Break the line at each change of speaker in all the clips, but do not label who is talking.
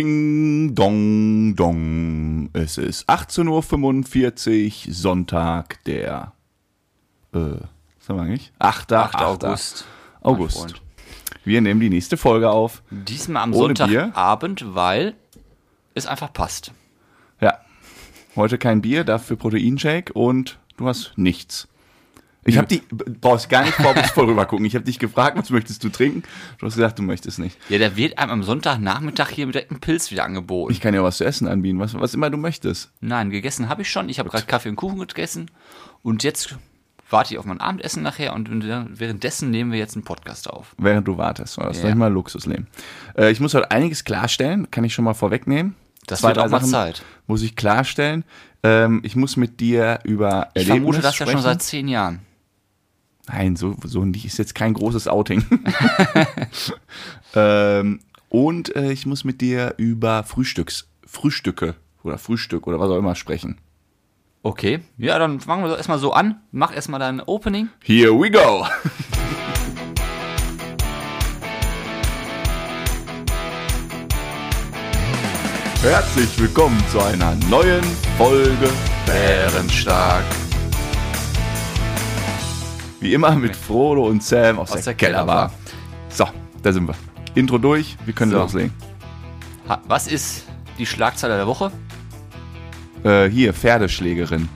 Ding, dong, dong. Es ist 18.45 Uhr, Sonntag, der. Äh, was haben wir eigentlich? 8.
8. August. mein
August.
Freund.
Wir nehmen die nächste Folge auf.
Diesmal am
Ohne Bier?
Sonntagabend, weil es einfach passt.
Ja. Heute kein Bier, dafür Proteinshake und du hast nichts. Ich habe die, brauchst gar nicht vor, bis voll rüber gucken. Ich habe dich gefragt, was möchtest du trinken? Du hast gesagt, du möchtest nicht.
Ja, da wird einem am Sonntagnachmittag hier direkt ein Pilz wieder angeboten.
Ich kann dir was zu essen anbieten, was, was immer du möchtest.
Nein, gegessen habe ich schon. Ich habe gerade Kaffee und Kuchen gegessen. Und jetzt warte ich auf mein Abendessen nachher und währenddessen nehmen wir jetzt einen Podcast auf.
Während du wartest. Das ist
Ja.
doch mal Luxusleben. Äh, ich muss heute einiges klarstellen, kann ich schon mal vorwegnehmen.
Das
Zwei,
wird
drei
auch mal
Sachen
Zeit.
Muss ich klarstellen. Ähm, ich muss mit dir über
Ich vermute das ja schon seit zehn Jahren.
Nein, so, so nicht. ist jetzt kein großes Outing. ähm, und äh, ich muss mit dir über Frühstücks, Frühstücke oder Frühstück oder was auch immer sprechen.
Okay, ja, dann fangen wir doch erstmal so an. Mach erstmal dein Opening.
Here we go! Herzlich willkommen zu einer neuen Folge Bärenstark. Wie immer mit Frodo und Sam aus, der,
der
Kellerbar. So, da sind wir. Intro durch, wir können
So.
loslegen.
Ha, was ist die Schlagzeile der Woche?
Äh, hier, Pferdeschlägerin.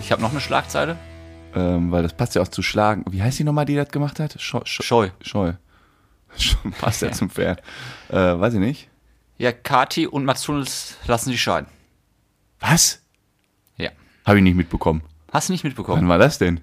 Ich habe noch eine Schlagzeile.
Ähm, weil das passt ja auch zu schlagen. Wie heißt die nochmal, die das gemacht hat? Scheu.
Scheu.
Scheu. Scheu passt ja zum Pferd. Äh, weiß ich nicht.
Ja, Kati und Mats Hummels lassen sich scheiden.
Was?
Ja.
Habe ich nicht mitbekommen.
Hast du nicht mitbekommen?
Wann war das denn?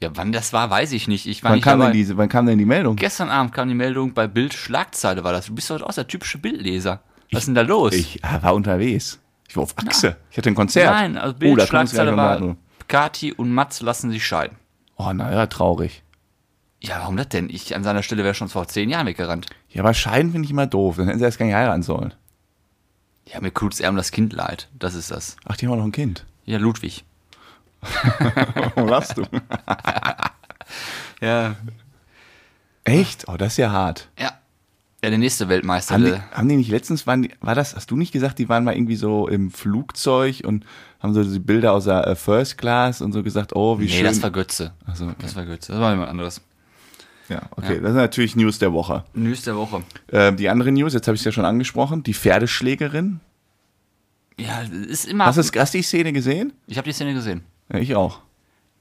Ja, wann das war, weiß ich nicht. Ich war
Wann
nicht
kam,
dabei.
denn diese, wann kam denn die Meldung?
Gestern Abend kam die Meldung bei Bild Schlagzeile war das. Du bist heute auch der typische Bildleser. Was ist denn da los?
Ich ah, war unterwegs. Ich war auf Achse. Ich hatte ein Konzert.
Nein, also
oh,
Bild
da kann uns gleich
Schlagzeile
noch
war
warten.
Kati und Mats lassen sich scheiden.
Oh, naja, traurig.
Ja, warum das denn? Ich an seiner Stelle wäre schon vor zehn Jahren weggerannt.
Ja, aber scheiden finde ich immer doof. Dann hätten sie erst gar nicht heiraten sollen.
Ja, mir tut's eher um das Kind leid. Das ist das.
Ach, die haben auch noch ein Kind.
Ja, Ludwig.
Warum lachst du?
Ja.
Echt? Oh, das ist ja hart.
Ja. Ja, der nächste Weltmeister.
Haben die,
der,
haben die nicht letztens, waren die, war das, hast du nicht gesagt, die waren mal irgendwie so im Flugzeug und haben so die Bilder aus der äh, First Class und so gesagt, oh, wie
nee,
schön.
das war Götze.
so, okay.
Das war Götze. Das war jemand anderes.
ja, okay, das ist natürlich News der Woche.
News der Woche.
Ähm, die andere News, jetzt habe ich es ja schon angesprochen, die Pferdeschlägerin.
Ja, es ist immer.
Hast du das- hast du die Szene gesehen?
ich habe die Szene gesehen.
Ja, ich auch.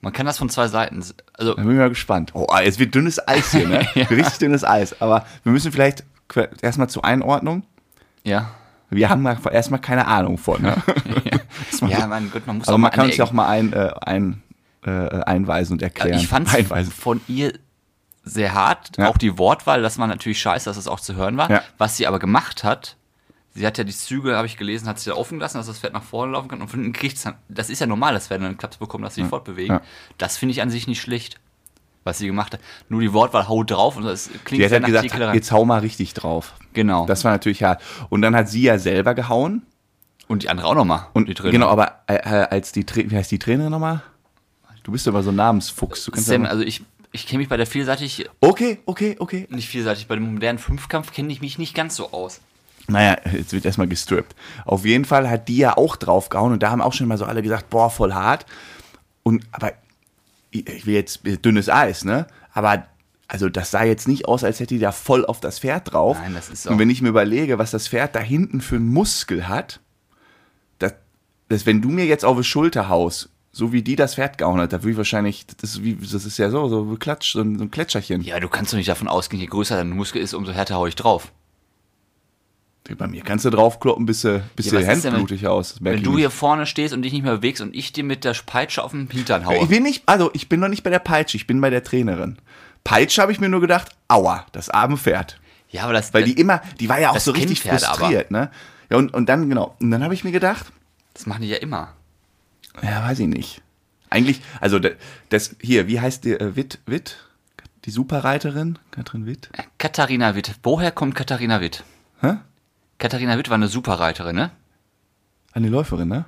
Man kann das von zwei Seiten. s- Also,
Da bin ich mal gespannt. Oh, ah, es wird dünnes Eis hier, ne? Richtig dünnes Eis. Aber wir müssen vielleicht que- erstmal zur Einordnung.
ja.
Wir haben mal- erstmal keine Ahnung von, ne?
Ja, mein Gott, man muss
Aber Also,
auch
man kann uns
anecken.
ja auch mal ein, äh, ein, äh, einweisen und erklären.
Also Ich fand
einweisen.
von ihr sehr hart.
Ja.
Auch die Wortwahl, das war natürlich scheiße, dass das auch zu hören war.
Ja.
Was sie aber gemacht hat, sie hat ja die Zügel, habe ich gelesen, hat sie ja offen gelassen, dass das Pferd nach vorne laufen kann. Und von hinten kriegt es dann, das ist ja normal, dass Pferde einen Klaps bekommen, dass sie sich fortbewegen.
Ja.
Das finde ich an sich nicht schlecht, was sie gemacht hat. Nur die Wortwahl, hau drauf und das klingt
Die hat
sehr
halt
nach
gesagt,
Tierquälerei.
jetzt hau mal richtig drauf.
Genau.
Das war natürlich hart. Und dann hat sie ja selber gehauen.
und die andere auch nochmal.
Und
die
Genau, aber äh, äh, als die, Tra- wie heißt die Trainerin nochmal? Du bist aber so ein Namensfuchs. Du kannst ja
Sam,
mal-
also ich, ich kenne mich bei der vielseitig,
okay, okay, okay.
nicht vielseitig, bei dem modernen Fünfkampf kenne ich mich nicht ganz so aus.
Naja, jetzt wird erstmal gestrippt. Auf jeden Fall hat die ja auch draufgehauen und da haben auch schon mal so alle gesagt, boah, voll hart. Und aber ich ich will jetzt dünnes Eis, ne? Aber also das sah jetzt nicht aus, als hätte die da voll auf das Pferd drauf.
Nein, das ist
Und
auch-
wenn ich mir überlege, was das Pferd da hinten für einen Muskel hat, das, das wenn du mir jetzt auf die Schulter haust, so wie die das Pferd gehauen hat, da würde ich wahrscheinlich, das ist, wie, das ist ja so, so, Klatsch, so ein so ein Gletscherchen.
Ja, du kannst doch nicht davon ausgehen, je größer dein Muskel ist, umso härter hau ich drauf.
Bei mir kannst du draufkloppen, bis du, bis
Ja,
du
was ist denn, wenn-
handblutig aus. das merk
Wenn
ich
du
nicht.
hier vorne stehst und dich nicht mehr bewegst und ich dir mit der Peitsche auf den Hintern haue.
Ich will nicht, also ich bin noch nicht bei der Peitsche, ich bin bei der Trainerin. Peitsche habe ich mir nur gedacht, aua, das arme Pferd.
ja, aber das,
Weil die immer, die war ja auch
Das
so richtig
Kindpferd aber.
frustriert, ne? Ja, und, und dann, genau, und dann habe ich mir gedacht,
das machen die ja immer.
ja, weiß ich nicht. Eigentlich, also da- das, hier, wie heißt die, äh, Witt, Witt? Die Superreiterin? Katrin Witt?
Äh, Katharina Witt. Woher kommt Katharina Witt?
Hä?
Katharina Witt war eine Superreiterin, ne?
Eine Läuferin, ne?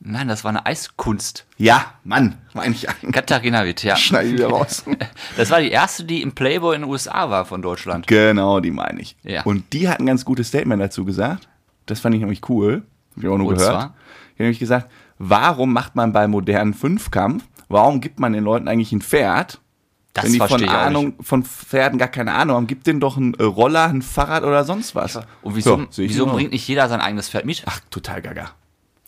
Nein, das war eine Eiskunst.
Ja, Mann, meine ich an.
Katharina Witt, ja.
Schneide ich wieder raus.
Das war die erste, die im Playboy in den USA war von Deutschland.
genau, die meine ich.
Ja.
Und die hat ein ganz gutes Statement dazu gesagt. Das fand ich nämlich cool. Hab ich auch nur
Und
gehört.
zwar?
Die hat nämlich gesagt, warum macht man bei modernen Fünfkampf, warum gibt man den Leuten eigentlich ein Pferd?
Das
wenn die
verstehe
von,
ich auch
Ahnung, von Pferden gar keine Ahnung haben, gibt denen doch einen äh, Roller, ein Fahrrad oder sonst was.
Und wieso,
So, sehe ich
wieso
nur.
bringt nicht jeder sein eigenes Pferd mit?
Ach, total gaga.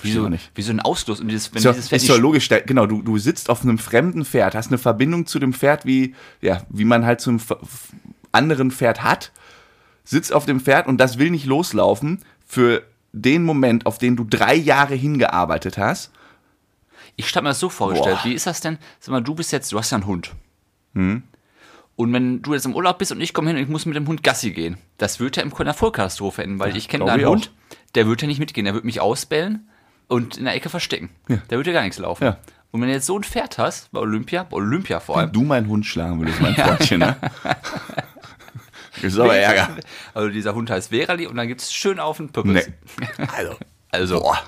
Wieso,
ich nicht.
wieso ein Ausschluss? Und dieses, wenn
Ist doch,
dieses Pferd
ist doch
nicht,
logisch, da- genau, du, du sitzt auf einem fremden Pferd, hast eine Verbindung zu dem Pferd, wie, ja, wie man halt zum f- f- anderen Pferd hat, sitzt auf dem Pferd und das will nicht loslaufen für den Moment, auf den du drei Jahre hingearbeitet hast.
ich habe mir das so vorgestellt.
Boah. Hm?
Wie ist das denn? Sag mal, du bist jetzt, du hast ja einen Hund. Und wenn du jetzt im Urlaub bist und ich komme hin und ich muss mit dem Hund Gassi gehen, das wird ja im Grunde in einer Vollkatastrophe enden, weil ich kenne da
glaub
einen
ich auch.
Hund, der wird ja nicht mitgehen, der wird mich ausbellen und in der Ecke verstecken.
Ja.
Da wird ja gar nichts laufen.
Ja.
Und wenn du jetzt so ein Pferd hast, bei Olympia, bei Olympia vor allem,
Du meinen Hund schlagen würdest, mein Freundchen, ne? Das ist aber Ärger.
also dieser Hund heißt Verali und dann gibt es schön auf den Püppel.
Nee. Also,
Also,
boah.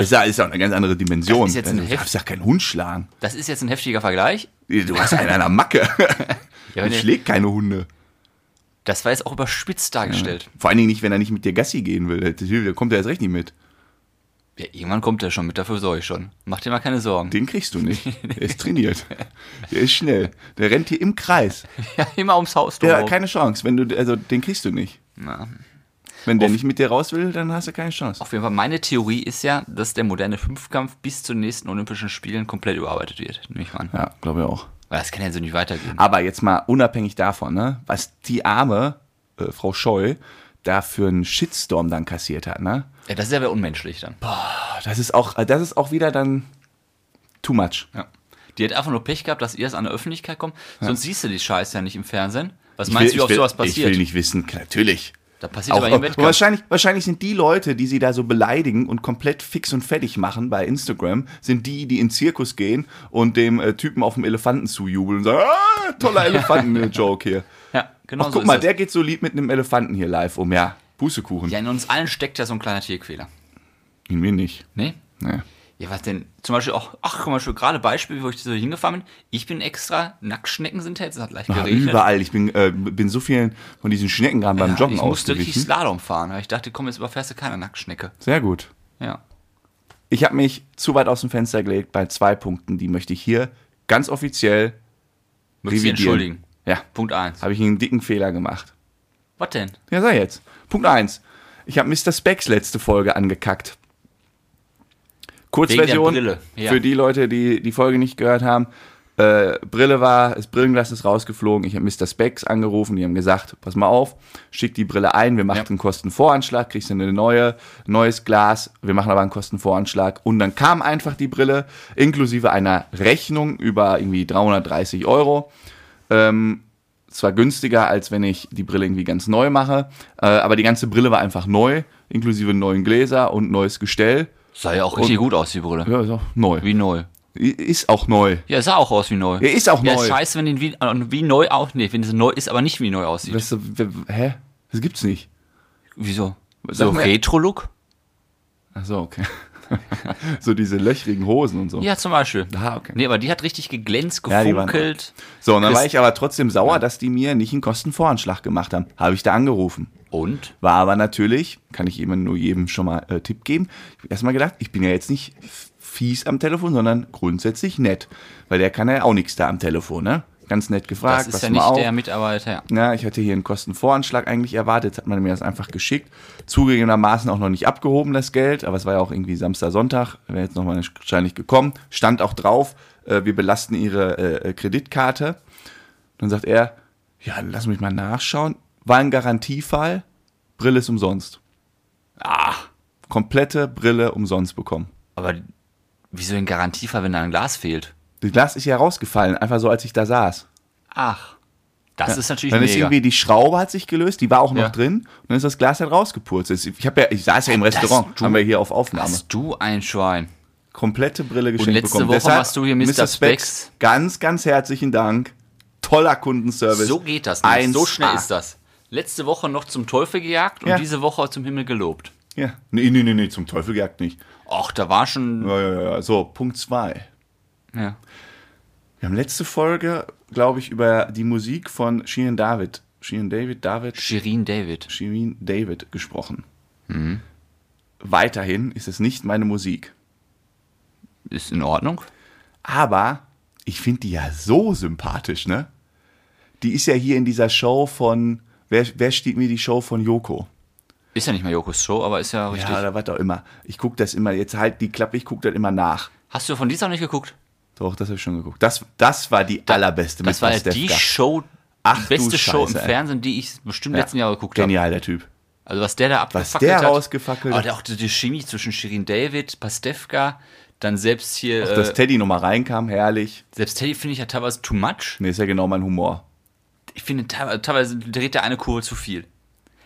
Ist ja, ist ja auch eine ganz andere Dimension.
Das ist jetzt ein
du
Heft.
darfst ja keinen Hund schlagen.
das ist jetzt ein heftiger Vergleich.
Du hast einen an der Macke.
Ja, wenn
ich
ihr-
schläg keine Hunde.
Das war jetzt auch überspitzt dargestellt.
Vor allen Dingen nicht, wenn er nicht mit dir Gassi gehen will. Da kommt er erst recht nicht mit.
Ja, irgendwann kommt er schon mit, dafür sorge ich schon. Mach dir mal keine Sorgen.
Den kriegst du nicht. Der ist trainiert. Der ist schnell. Der rennt hier im Kreis.
Ja, immer ums Haus
Der hat
drumherum.
keine Chance. Wenn du, also den kriegst du nicht.
Na.
Wenn der nicht mit dir raus will, dann hast du keine Chance.
Auf jeden Fall, meine Theorie ist ja, dass der moderne Fünfkampf bis zu den nächsten Olympischen Spielen komplett überarbeitet wird. Nehme ich mal an.
Ja, glaube ich auch.
Weil das kann ja so nicht weitergehen.
Aber jetzt mal unabhängig davon, ne, was die arme äh, Frau Scheu da für einen Shitstorm dann kassiert hat, ne?
Ja, das ist ja wieder unmenschlich dann.
Das ist auch, das ist auch wieder dann too much.
Ja. Die hat einfach nur Pech gehabt, dass ihr das an der Öffentlichkeit kommt. Sonst siehst du die Scheiße ja nicht im Fernsehen. Was meinst du, wie
ich
oft sowas passiert?
Ich will nicht wissen, natürlich.
Da passiert
Auch,
aber im
auch,
Wettkampf.
wahrscheinlich, wahrscheinlich sind die Leute, die sie da so beleidigen und komplett fix und fertig machen bei Instagram, sind die, die in den Zirkus gehen und dem äh, Typen auf dem Elefanten zujubeln und sagen, ah, toller Elefanten-Joke hier.
Ja, genau
Ach,
so
guck
ist
mal,
das.
der geht so lieb mit einem Elefanten hier live um, ja. Pustekuchen.
Ja, in uns allen steckt ja so ein kleiner Tierquäler.
In mir nicht.
Nee?
Nee.
Ja, was denn? Zum Beispiel auch, ach, guck mal, schon gerade Beispiel, wo ich so hingefahren bin. Ich bin extra, Nacktschnecken sind ja jetzt, es hat leicht
Ah,
geregnet.
überall. Ich bin, äh, bin so vielen von diesen Schnecken gerade beim
ja,
Joggen
ich musste richtig
ausgewichen.
Slalom fahren. aber Ich dachte, komm, jetzt überfährst du keine Nacktschnecke.
Sehr gut.
Ja.
Ich habe mich zu weit aus dem Fenster gelegt bei zwei Punkten, die möchte ich hier ganz offiziell
Möchtest du dich
revidieren.
entschuldigen?
Ja,
Punkt 1.
habe ich einen dicken Fehler gemacht.
Was denn?
Ja, sei jetzt. Punkt 1. Ich habe Mr. Specs letzte Folge angekackt. Kurzversion
Wegen der Brille, ja.
für die Leute, die die Folge nicht gehört haben. Äh, Brille war, das Brillenglas ist rausgeflogen. Ich habe Mr. Specs angerufen. Die haben gesagt, pass mal auf, schick die Brille ein. Wir machen
Ja.
einen Kostenvoranschlag, kriegst du eine neue, neues Glas. Wir machen aber einen Kostenvoranschlag. Und dann kam einfach die Brille inklusive einer Rechnung über irgendwie 330 Euro Ähm, zwar günstiger, als wenn ich die Brille irgendwie ganz neu mache, äh, aber die ganze Brille war einfach neu, inklusive neuen Gläser und neues Gestell.
Sah ja auch richtig gut aus, die Brille.
Ja, ist auch neu.
Wie neu.
I- Ist auch neu.
Ja, sah auch aus wie neu.
Ja, ist auch
Ja,
neu.
ist scheiße, wenn den wie, äh, wie neu auch. Nee, wenn es neu ist, aber nicht wie neu aussieht.
Weißt du, w- w- hä? Das gibt's nicht.
Wieso? So
Sag mal-
Retro-Look?
Ach so, okay. so diese löchrigen Hosen und so.
Ja, zum Beispiel.
Ah, okay.
Nee, aber die hat richtig geglänzt,
Ja, die waren-
gefunkelt.
So, und dann
Chris-
war ich aber trotzdem sauer, dass die mir nicht einen Kostenvoranschlag gemacht haben. Habe ich da angerufen.
Und?
War aber natürlich, kann ich eben nur jedem schon mal äh, Tipp geben, ich hab erstmal gedacht, ich bin ja jetzt nicht f- fies am Telefon, sondern grundsätzlich nett. Weil der kann ja auch nichts da am Telefon, ne? Ganz nett gefragt,
Das ist
pass
ja
mal
nicht
auf.
der Mitarbeiter. Ja.
Na, ich hatte hier einen Kostenvoranschlag eigentlich erwartet, jetzt hat man mir das einfach geschickt. Zugegebenermaßen auch noch nicht abgehoben, das Geld, aber es war ja auch irgendwie Samstag, Sonntag, wäre jetzt nochmal wahrscheinlich gekommen. Stand auch drauf, äh, wir belasten ihre äh, äh, Kreditkarte. Dann sagt er, ja, lass mich mal nachschauen. War ein Garantiefall, Brille ist umsonst. Ah, komplette Brille umsonst bekommen.
Aber wieso ein Garantiefall, wenn da ein Glas fehlt?
Das Glas ist ja rausgefallen, einfach so, als ich da saß.
Ach. Das ist natürlich
Dann ist
mega.
irgendwie die Schraube hat sich gelöst, die war auch noch
Ja.
drin und dann ist das Glas halt rausgepurzt. Jetzt- Ich habe ja, ich saß ja im Restaurant,
du-
haben wir hier auf Aufnahme.
Hast du ein Schwein?
Komplette Brille geschenkt
letzte
bekommen.
Woche warst du hier Mr. Specs.
Ganz, ganz herzlichen Dank. Toller Kundenservice.
So geht das nicht.
1A.
So schnell ist das. Letzte Woche noch zum Teufel gejagt und
Ja.
diese Woche zum Himmel gelobt.
Ja. Nee, nee, nee, nee, zum Teufel gejagt nicht.
Ach, da war schon.
Ja, ja, ja. So, Punkt 2.
Ja.
Wir haben letzte Folge, glaube ich, über die Musik von Shirin David, Shirin David, David,
Shirin David.
Shirin David gesprochen.
Mhm.
Weiterhin ist es nicht meine Musik.
Ist in Ordnung.
Aber ich finde die ja so sympathisch, ne? Die ist ja hier in dieser Show von, wer, wer steht mir die Show von Joko?
Ist ja nicht mehr Jokos Show, aber ist ja richtig.
Ja, oder was auch immer. Ich gucke das immer, jetzt halt die Klappe, ich gucke das immer nach.
Hast du von dieser noch nicht geguckt?
Doch, das habe ich schon geguckt. Das, das war die allerbeste
Das war ja die
Pastewka.
Show,
Ach,
die
du
beste Show im
Scheiße, ey.
Fernsehen, die ich bestimmt
Ja.
letzten Jahre geguckt habe.
Genial, der Typ.
Also was der da
Was
abgefackelt
der
hat.
rausgefackelt
Aber
hat.
der auch die Chemie zwischen Shirin David, Pastewka, dann selbst hier.
Dass
äh,
Teddy nochmal reinkam, herrlich.
selbst Teddy finde ich ja teilweise too much.
Nee, ist ja genau mein Humor.
Ich finde teilweise, teilweise dreht der eine Kurve zu viel.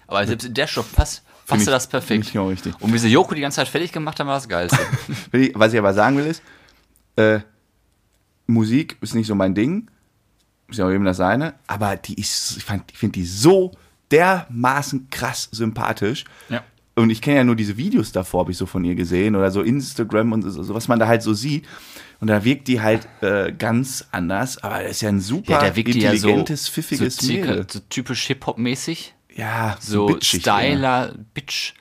Aber selbst in der Show passt, passte
ich-
das
find
perfekt.
ich genau richtig.
Und wie sie Joko die ganze Zeit fertig gemacht haben, war das Geilste.
Will ich- Was ich aber sagen will ist, äh, Musik ist nicht so mein Ding, ist ja auch eben das seine, aber die ist, ich, fand- ich finde die so dermaßen krass sympathisch.
Ja.
Und ich kenne ja nur diese Videos davor, habe ich so von ihr gesehen oder so Instagram und so, so, was man da halt so sieht. Und da wirkt die halt äh, ganz anders, aber das ist ja ein super
ja, der Vicky ja so,
intelligentes, pfiffiges
so,
Mädel.
circa- so typisch Hip-Hop-mäßig.
Ja,
So
bitchig, ja.
Styler, Bitch.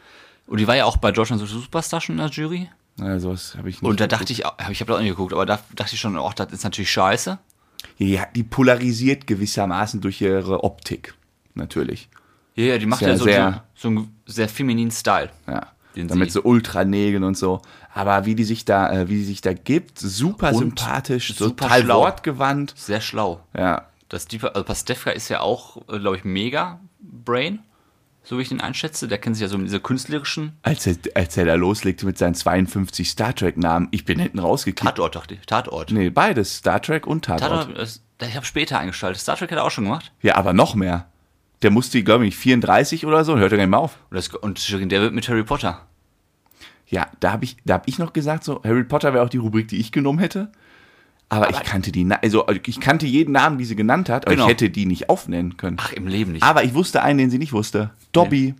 Und die war ja auch bei Deutschland so Superstar schon in der Jury.
Ja, sowas habe ich nicht.
Und da dachte ich, auch- hab- ich habe da auch nicht geguckt, aber da dachte ich schon, oh, das ist natürlich scheiße.
ja, die polarisiert gewissermaßen durch ihre Optik, natürlich.
Ja, ja, die macht
Ist ja
ja, so,
sehr-
so, so einen sehr femininen Style.
Ja.
Den
Damit
sie-
so Ultranägeln und so. Aber wie die sich da, äh, wie die sich da gibt, super
Und
sympathisch, so
super
total
schlau.
wortgewandt.
Sehr schlau.
Ja.
Das die, also Pastewka ist ja auch, glaube ich, mega Brain, so wie ich den einschätze. Der kennt sich ja so mit dieser künstlerischen
Als er, als er da loslegte mit seinen 52 Star Trek-Namen, ich bin hinten rausgekippt.
Tatort, dachte ich. Tatort.
Nee, beides, Star Trek und Tatort.
Tatort ist, ich habe später eingeschaltet. Star Trek hat er auch schon gemacht.
Ja, aber noch mehr. Der musste, glaube ich, 34 oder so, hört er gar nicht mehr auf.
Und, das, und Shirin David mit Harry Potter.
Ja, da habe ich, da hab ich noch gesagt, so Harry Potter wäre auch die Rubrik, die ich genommen hätte. Aber, ich kannte die, Na- also ich kannte jeden Namen, die sie genannt hat, aber
Genau.
ich hätte die nicht aufnennen können.
Ach, im Leben nicht.
Aber ich wusste einen, den sie nicht wusste. Dobby,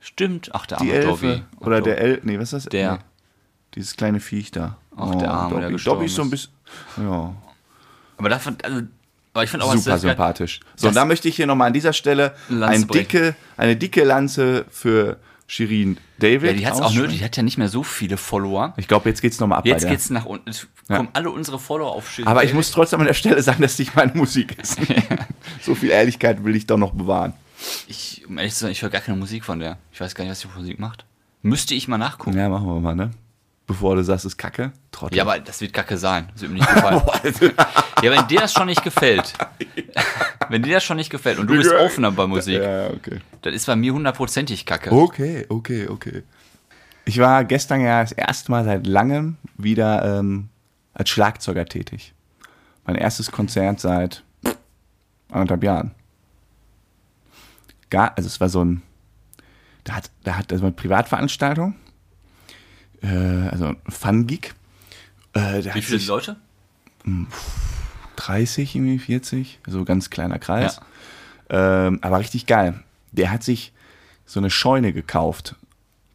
Stimmt. Ach, der
die
arme Dobby.
Elfe. Oder
Ach,
der El, nee, was ist das?
Der.
Nee, dieses kleine Viech da. Oh,
Ach, der Arme, der
Dobby.
gestorben
Dobby ist so ein bisschen, ja,
Aber davon, also, aber ich fand auch, als
super
das-
sympathisch. So, und
das-
da möchte ich hier nochmal an dieser Stelle
Lanze
eine
brechen.
dicke, eine dicke Lanze für Shirin David
Ja, die hat's auch
aussprechen.
nötig. Die hat ja nicht mehr so viele Follower.
Ich glaube, jetzt geht's nochmal ab
Jetzt
bei der.
geht's nach unten. Es kommen alle unsere Follower auf Shirin
Aber ich
David.
muss trotzdem an der Stelle sagen, dass nicht meine Musik ist. so viel Ehrlichkeit will ich doch noch bewahren.
Ich, um ehrlich zu sein, ich höre gar keine Musik von der. Ich weiß gar nicht, was die für Musik macht. Müsste ich mal nachgucken.
Ja, machen wir mal, ne? Bevor du sagst, es ist kacke. Trottel. Oh,
Ja, aber das wird kacke sein. Das wird mir nicht gefallen. ja, wenn dir das schon nicht gefällt. wenn dir das schon nicht gefällt und du bist offener bei Musik,
Ja, Oh, okay.
das ist bei mir hundertprozentig kacke.
Okay, okay, okay. Ich war gestern ja das erste Mal seit langem wieder ähm, als Schlagzeuger tätig. Mein erstes Konzert seit anderthalb Jahren. Gar, also es war so ein, da hat, da hat also eine Privatveranstaltung, äh, also ein Fun-Gig. Äh, da
Wie
hat
viele
sich-
Leute?
30, irgendwie 40, so ganz kleiner Kreis.
Ja.
Ähm, aber richtig geil. Der hat sich so eine Scheune gekauft.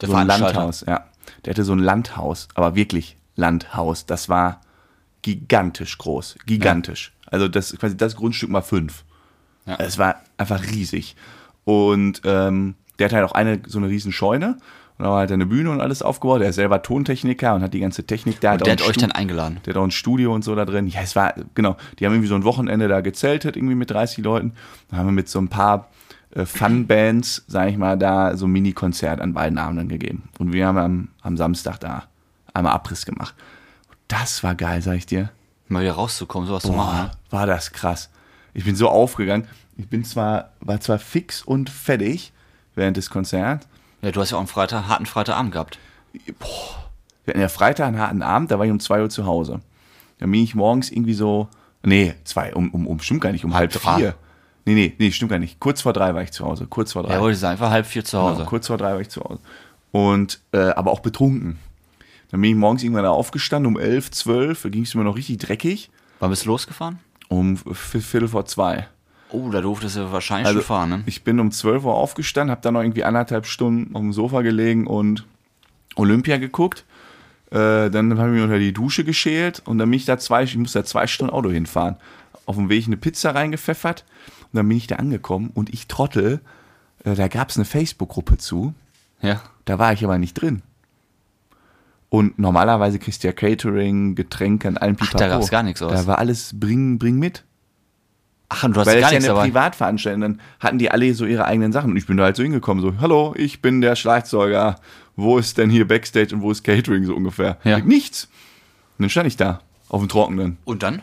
Der
so ein
Veranstalter.
Landhaus, ja. Der hatte so ein Landhaus, aber wirklich Landhaus. Das war gigantisch groß. Gigantisch. Also das quasi das Grundstück mal fünf.
Ja.
Es war einfach riesig. Und ähm, der hat halt auch eine, so eine riesen Scheune. Und da war halt eine Bühne und alles aufgebaut. Er ist selber Tontechniker und hat die ganze Technik da.
Und der
auch
hat
ein
euch
Stu-
dann eingeladen.
der hat auch ein Studio und so da drin. Ja, es war, genau, die haben irgendwie so ein Wochenende da gezeltet, irgendwie mit 30 Leuten. Dann haben wir mit so ein paar äh, Fun-Bands, sag ich mal, da so ein Mini-Konzert an beiden Abenden gegeben. Und wir haben am, am Samstag da einmal Abriss gemacht. Das war geil, sag ich dir.
Mal wieder rauszukommen, sowas zu machen. ne?
Boah, war das krass. Ich bin so aufgegangen. Ich bin zwar, war zwar fix und fertig während des Konzerts.
ne? Ja, du hast ja auch einen Freitag, harten Freitagabend gehabt.
Wir hatten ja Freitag einen harten Abend, da war ich um 2 Uhr zu Hause. Dann bin ich morgens irgendwie so, nee, zwei, um, um, um stimmt gar nicht, um halb
drei.
vier. Nee, nee, nee, stimmt gar nicht. Kurz vor drei war ich zu Hause, kurz vor drei.
Ja, wollte ich sagen, einfach halb vier zu
Genau,
Hause.
kurz vor drei war ich zu Hause. Und, äh, aber auch betrunken. Dann bin ich morgens irgendwann da aufgestanden, um elf, zwölf, da ging es mir noch richtig dreckig,
Wann bist du losgefahren?
um vi- viertel vor zwei.
Oh, da durftest du wahrscheinlich schon fahren, ne?
Also, ich bin um 12 Uhr aufgestanden, habe dann noch irgendwie anderthalb Stunden auf dem Sofa gelegen und Olympia geguckt. Äh, dann habe ich mich unter die Dusche geschält und dann bin ich da zwei, ich muss da zwei Stunden Auto hinfahren. Auf dem Weg eine Pizza reingepfeffert und dann bin ich da angekommen und ich trottel, äh, da gab es eine Facebook-Gruppe zu,
Ja.
da war ich aber nicht drin. Und normalerweise kriegst du ja Catering, Getränke an allen
da gab's gar nichts aus.
Da war alles bring, bring mit.
Ach, und du hast
Weil
gar
das ist
nichts
ja eine
dabei.
Privatveranstaltung. Dann hatten die alle so ihre eigenen Sachen. Und ich bin da halt so hingekommen, so, hallo, ich bin der Schlagzeuger. Wo ist denn hier Backstage und wo ist Catering so ungefähr?
Ja.
Nichts. Und dann stand ich da, auf dem Trockenen.
Und dann?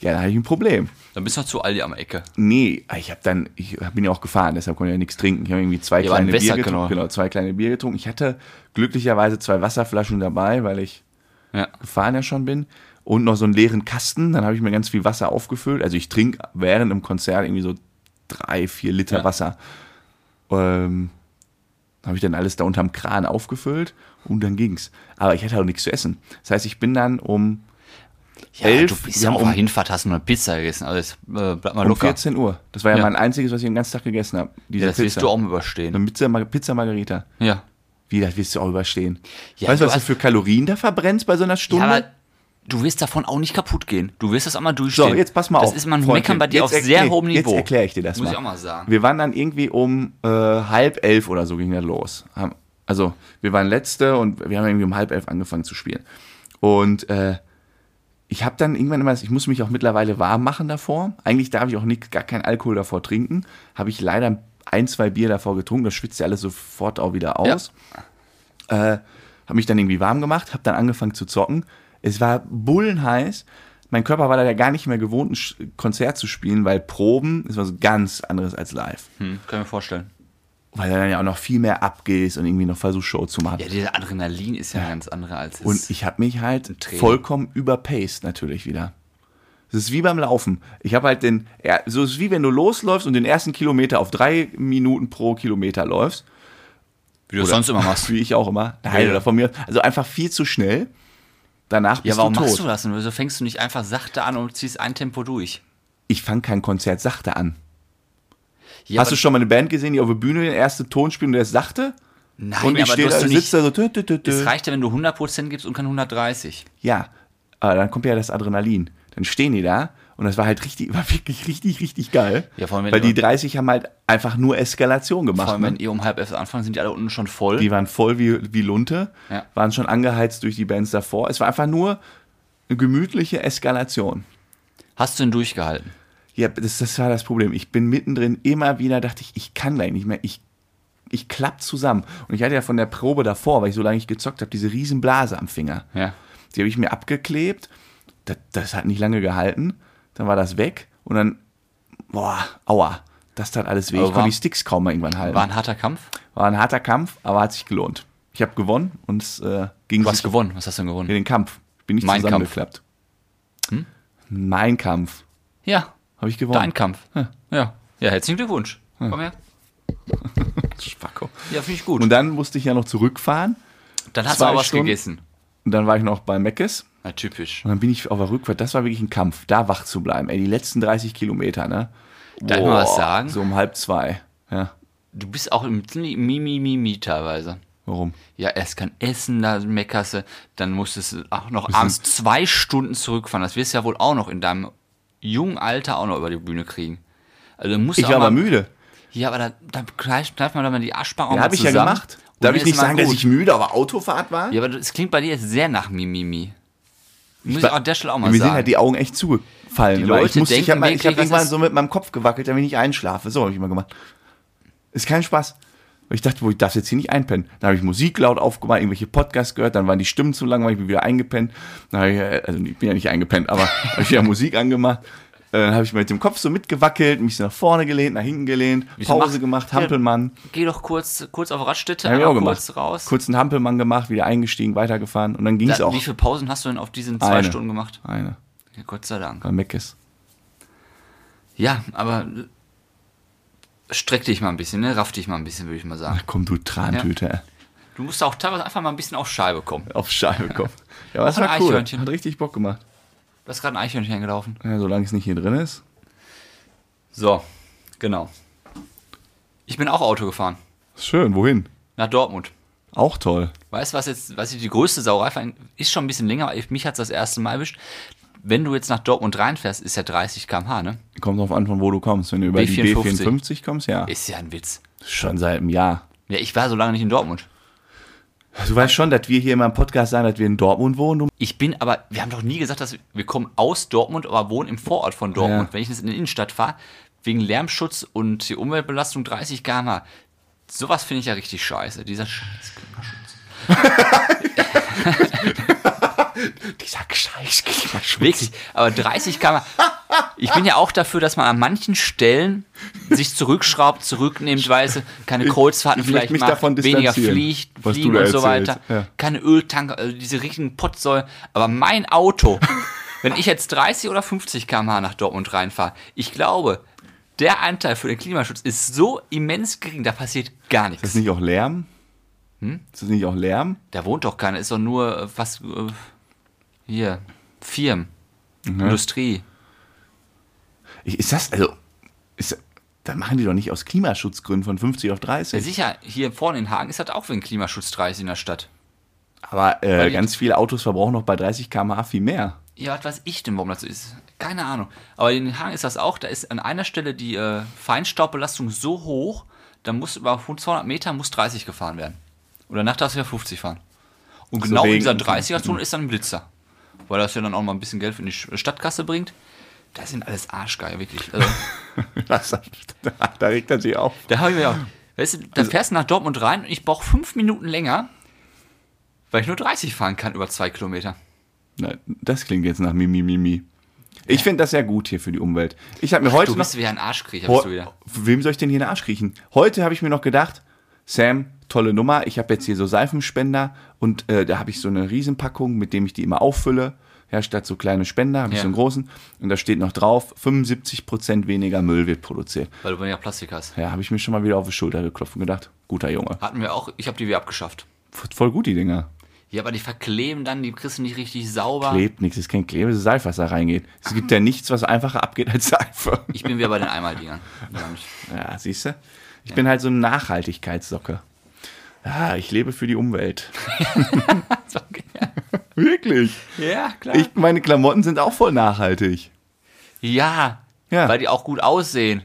Ja, da hatte ich ein Problem.
Dann bist du noch zu Aldi am Ecke.
Nee, ich habe dann, ich bin ja auch gefahren, deshalb konnte ich ja nichts trinken. Ich habe irgendwie zwei
Ja, aber ein
kleine
Wässer,
Bier getrunken.
genau.
Genau, zwei kleine Bier getrunken. Ich hatte glücklicherweise zwei Wasserflaschen dabei, weil ich
Ja.
gefahren ja schon bin. Und noch so einen leeren Kasten. Dann habe ich mir ganz viel Wasser aufgefüllt. Also ich trinke während im Konzert irgendwie so drei, vier Liter
Ja.
Wasser. Ähm, habe ich dann alles da unterm Kran aufgefüllt und dann ging's. Aber ich hatte auch nichts zu essen. Das heißt, ich bin dann um,
Ja,
Elf,
du
wir
bist ja
haben
auf
um-
der Hinfahrt, hast du eine Pizza gegessen. Also jetzt, äh, bleib mal
um
locker.
14 Uhr. Das war ja,
Ja.
mein einziges, was ich den ganzen Tag gegessen habe.
ja, das wirst du auch mal überstehen.
Eine Pizza, Mar- Pizza Margarita.
Ja.
Wie, das wirst du auch überstehen.
Ja,
weißt du,
du
was du
hast-
für Kalorien da verbrennst bei so einer
ja.
Stunde?
Aber du wirst davon auch nicht kaputt gehen. Du wirst das einmal durchstehen.
so, jetzt pass mal
das
auf.
Das ist man
Freundchen.
meckern bei dir
Jetzt
auf
erklär-
sehr hohem Niveau.
Jetzt erkläre ich dir das
Muss
mal.
ich auch mal sagen.
Wir waren dann irgendwie um äh, halb elf oder so ging das los. Haben- Also, wir waren Letzte und wir haben irgendwie um halb elf angefangen zu spielen. Und äh, ich habe dann irgendwann immer, das- ich muss mich auch mittlerweile warm machen davor. Eigentlich darf ich auch nicht, gar keinen Alkohol davor trinken. Habe ich leider ein, zwei Bier davor getrunken. Das schwitzt ja alles sofort auch wieder aus. Äh, habe mich dann irgendwie warm gemacht, habe dann angefangen zu zocken. Es war bullenheiß. Mein Körper war da ja gar nicht mehr gewohnt, ein Sch- Konzert zu spielen, weil Proben ist was ganz anderes als live.
Hm, kann ich mir vorstellen.
Weil du dann ja auch noch viel mehr abgehst und irgendwie noch versuchst, Show zu machen.
Ja, dieser Adrenalin ist ja, ganz andere als es.
Und ich habe mich halt
Training.
vollkommen überpaced natürlich wieder. Es ist wie beim Laufen. Ich habe halt den, ja, so ist es wie wenn du losläufst und den ersten Kilometer auf drei Minuten pro Kilometer läufst,
wie du das sonst immer machst.
wie ich auch immer. Nein,
Ja.
oder von mir. Also einfach viel zu schnell. Danach bist
Ja, warum
du tot.
machst du das? denn? Wieso fängst du nicht einfach sachte an und ziehst ein Tempo durch?
Ich fange kein Konzert sachte an.
Ja,
Hast du schon mal eine Band gesehen, die auf der Bühne den ersten Ton spielt und der ist sachte?
Nein,
und ich
aber
stehe
du
da,
hast du
sitze
nicht.
da so. Tü, tü, tü, tü.
Es reicht ja, wenn du 100% gibst und kann 130.
Ja, aber dann kommt ja das Adrenalin. Dann stehen die da und das war halt richtig, war wirklich richtig, richtig geil.
Ja, vor allem, wenn
weil
die-
die 30 haben halt einfach nur Eskalation
Vor
gemacht.
allem, wenn
Ne?
ihr um halb elf anfangen, sind die alle unten schon voll.
Die waren voll wie, wie Lunte,
Ja.
waren schon angeheizt durch die Bands davor. Es war einfach nur eine gemütliche Eskalation.
Hast du ihn durchgehalten?
Ja, das, das war das Problem. Ich bin mittendrin immer wieder, dachte ich, ich kann gleich nicht mehr. Ich, ich klapp zusammen. Und ich hatte ja von der Probe davor, weil ich so lange nicht gezockt habe, diese riesen Blase am Finger.
Ja.
Die habe ich mir abgeklebt. Das, das hat nicht lange gehalten. Dann war das weg und dann, boah, aua, das tat alles weh.
Aber
Ich konnte
war-
die Sticks kaum mal irgendwann halten.
War
War,
ein harter Kampf.
ein harter Kampf, aber hat sich gelohnt. Ich habe gewonnen und es äh, ging
Du hast
sich
gewonnen. Was hast du denn
in
gewonnen?
den Kampf. Ich bin nicht
Mein Kampf.
zusammengeklappt. Mein Kampf.
Ja.
Habe ich gewonnen.
Dein Kampf. Ja. Ja, herzlichen Glückwunsch. Komm her.
Spacko.
Ja, finde ich gut.
Und dann musste ich ja noch zurückfahren.
dann hast du
zwei
aber was
Stunden-
gegessen.
Und dann war ich noch bei Meckes.
Na, typisch.
Und dann bin ich auf der Rückfahrt. Das war wirklich ein Kampf, da wach zu bleiben. Ey, die letzten 30 Kilometer, ne?
Darf ich mal was sagen?
So um halb zwei. Ja.
Du bist auch im ziemlich Mimi Mimi teilweise.
Warum?
Ja, erst kann essen, da meckerst du, dann musstest du auch noch abends zwei Stunden zurückfahren. Das wirst du ja wohl auch noch in deinem jungen Alter auch noch über die Bühne kriegen. Also du musst
Ich
auch
war
mal,
aber müde.
Ja, aber da, da kneift kneift man doch mal die Arschbacke auch
Ja,
mal
habe ich ja
zusammen.
gemacht.
Und
Darf
dann
ich
ist
nicht
man
sagen, dass
gut.
ich müde auf der Autofahrt war?
Ja, aber du- es klingt bei dir jetzt sehr nach Mimimi. Muss ich,
war-
auch an der Stelle auch mal
Mir sind
sagen.
halt die Augen echt zugefallen.
Die
immer. ich
Leute
musste, ich
denken
habe hab
wirklich, das
irgendwann
ist-
so mit meinem Kopf gewackelt, damit ich nicht einschlafe. So habe ich immer gemacht. Ist kein Spaß. Weil Ich dachte, wo ich darf jetzt hier nicht einpennen. Dann habe ich Musik laut aufgemacht, irgendwelche Podcasts gehört, dann waren die Stimmen zu lang, weil ich bin wieder eingepennt. Dann hab ich, äh, also ich bin ja nicht eingepennt, aber habe ich wieder Musik angemacht. Äh, Dann habe ich mit dem Kopf so mitgewackelt, mich so nach vorne gelehnt, nach hinten gelehnt,
Wieso
Pause
macht-
gemacht,
Ja.
Hampelmann.
Geh doch kurz, kurz auf Raststätte,
Ja, hab ich
einmal
auch
kurz
gemacht.
raus.
Kurz einen Hampelmann gemacht, wieder eingestiegen, weitergefahren und dann ging es
da,
auch.
wie viele Pausen hast du denn auf diesen zwei
Eine.
Stunden gemacht?
Eine,
Ja, Gott sei Dank.
bei Meckes.
Ja, aber äh, streck dich mal ein bisschen, ne? raff dich mal ein bisschen, würde ich mal sagen.
Ach komm, du Trantüte.
Du musst auch teilweise einfach mal ein bisschen auf Scheibe kommen.
Auf Scheibe kommt. Ja, aber es
Auch ein
war cool.
Eichhörnchen.
Hat richtig Bock gemacht.
Da ist gerade ein um Eichhörnchen hingelaufen.
Ja, solange es nicht hier drin ist.
So, genau. Ich bin auch Auto gefahren.
Schön, wohin?
Nach Dortmund.
Auch toll.
Weißt du, was jetzt, was ich die größte Sauerei fand? Ist schon ein bisschen länger, aber ich- mich hat es das erste Mal erwischt. Wenn du jetzt nach Dortmund reinfährst, ist ja 30 km/h, ne?
Kommt drauf an, von wo du kommst. Wenn du über die
B54
B54 kommst, ja.
Ist ja ein Witz.
Schon seit einem Jahr.
Ja, ich war so lange nicht in Dortmund.
Du weißt schon, dass wir hier immer im Podcast sagen, dass wir in Dortmund wohnen. Du-
Ich bin aber, wir haben doch nie gesagt, dass wir, wir kommen aus Dortmund, aber wohnen im Vorort von Dortmund.
Ja.
Wenn ich jetzt in die Innenstadt fahre, wegen Lärmschutz und die Umweltbelastung 30 km/h. Sowas finde ich ja richtig scheiße. Dieser scheiß Klimaschutz.
Dieser scheiß Klimaschutz.
Wirklich, aber 30 km/h. Ich bin ja auch dafür, dass man an manchen Stellen sich zurückschraubt, zurücknimmt, weiße, keine Kreuzfahrten
ich möchte
vielleicht
mich
macht,
davon
weniger
distanzieren,
fliegt,
was du
fliegen
da
und so
erzählst,
weiter,
ja.
keine Öltanker, also diese richtigen Pottsäulen. Aber mein Auto, wenn ich jetzt 30 oder 50 km/h nach Dortmund reinfahre, ich glaube, der Anteil für den Klimaschutz ist so immens gering, da passiert gar
Ist
nichts.
das nicht auch Lärm?
Hm?
Ist das nicht auch Lärm?
Da wohnt doch keiner, ist doch nur äh, was äh, hier Firmen,
Mhm.
Industrie.
Ich- Ist das, also, ist, da machen die doch nicht aus Klimaschutzgründen von 50 auf
Ja,
30.
sicher, hier vorne in Hagen ist das auch wegen Klimaschutz 30 in der Stadt.
Aber äh,
die-
ganz viele Autos verbrauchen noch bei 30 km/h viel mehr.
Ja, was weiß ich denn, warum das so ist? Keine Ahnung. Aber in Hagen ist das auch, da ist an einer Stelle die äh, Feinstaubbelastung so hoch, da muss über 200 Meter muss 30 gefahren werden. Oder nach darfst du ja 50 fahren. Und genau
Also wegen-
in dieser 30er-Zone ist dann ein Blitzer. Weil das ja dann auch mal ein bisschen Geld für die Sch- Stadtkasse bringt. Das sind alles Arschgeil, wirklich. Also,
Das, da, da regt er sich auf.
Da habe ich mir auch, weißt du, da fährst du nach Dortmund rein und ich brauche fünf Minuten länger, weil ich nur 30 fahren kann über zwei Kilometer.
Na, das klingt jetzt nach Mimi, Mimi. Ich finde das sehr gut hier für die Umwelt. Ich habe mir heute
Du
noch.
bist wie ein Arschkriecher,
Ho
bist du wieder.
wem soll ich denn hier in den Arsch riechen? Heute habe ich mir noch gedacht, Sam, tolle Nummer. Ich habe jetzt hier so Seifenspender und äh, da habe ich so eine Riesenpackung, mit dem ich die immer auffülle. Ja, statt so kleine Spender habe ich
Ja.
so einen großen. Und da steht noch drauf, 75% weniger Müll wird produziert.
Weil du weniger Plastik hast.
Ja, habe ich mir schon mal wieder auf die Schulter geklopft und gedacht, guter Junge.
Hatten wir auch, ich habe die wieder abgeschafft.
F- Voll gut, die Dinger.
Ja, aber die verkleben dann, die kriegst du nicht richtig sauber.
Klebt nichts, ist kein Klebe, es ist Seife, was da reingeht. Es gibt ja nichts, was einfacher abgeht als Seife.
Ich bin wieder bei den Eimerdingern.
Ja, siehst du? Ich bin halt so eine Nachhaltigkeitssocke. Ja, ich lebe für die Umwelt. Wirklich.
ja, klar.
Ich, meine Klamotten sind auch voll nachhaltig.
ja,
Ja.
weil die auch gut aussehen.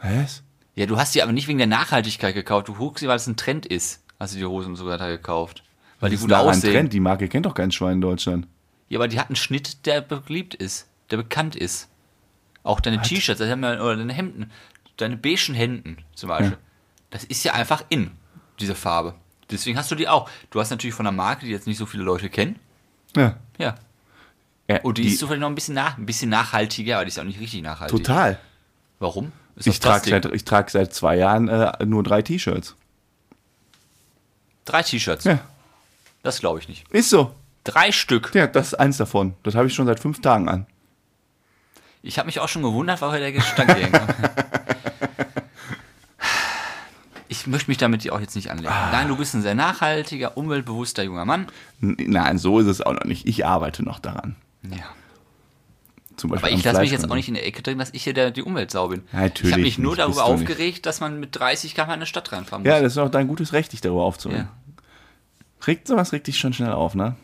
Was?
Ja, du hast die aber nicht wegen der Nachhaltigkeit gekauft. Du guckst sie, weil es ein Trend ist. Hast du die Hosen und so weiter gekauft. Weil die
Das ist
gut
nachher ein
aussehen.
Trend. Die Marke kennt doch kein Schwein in Deutschland.
Ja, aber die hat einen Schnitt, der beliebt ist, der bekannt ist. Auch deine T-Shirts, das haben wir- oder deine Hemden, deine beigen Hemden zum Beispiel. Das ist ja einfach in, diese Farbe. Deswegen hast du die auch. Du hast natürlich von einer Marke, die jetzt nicht so viele Leute kennen.
Ja.
Ja.
ja
Und die, ist zufällig noch ein bisschen, nach, ein bisschen nachhaltiger, aber die ist auch nicht richtig nachhaltig.
total.
Warum? Ist
Ich halt. trage seit, ich trag seit zwei Jahren äh, nur drei T-Shirts.
Drei T-Shirts.
Ja.
Das glaube ich nicht.
Ist so.
Drei Stück.
Ja, das ist eins davon. Das habe ich schon seit fünf Tagen an.
Ich habe mich auch schon gewundert, woher der Gestank hier hinkommt. Ich möchte mich damit auch jetzt nicht anlegen.
Ah.
Nein, du bist ein sehr nachhaltiger, umweltbewusster junger Mann.
N- Nein, so ist es auch noch nicht. Ich arbeite noch daran.
Ja.
Zum Beispiel
Aber
am
ich lasse mich
Fleischkonsum.
jetzt auch nicht in der Ecke drin, dass ich hier der, die Umweltsau bin. ich
Natürlich
habe mich nur
nicht,
darüber
bist du nicht.
aufgeregt, dass man mit 30 km in eine Stadt reinfahren muss.
Ja, das ist auch dein gutes Recht, dich darüber aufzuregen.
Ja.
Regt sowas regt dich schon schnell auf, ne?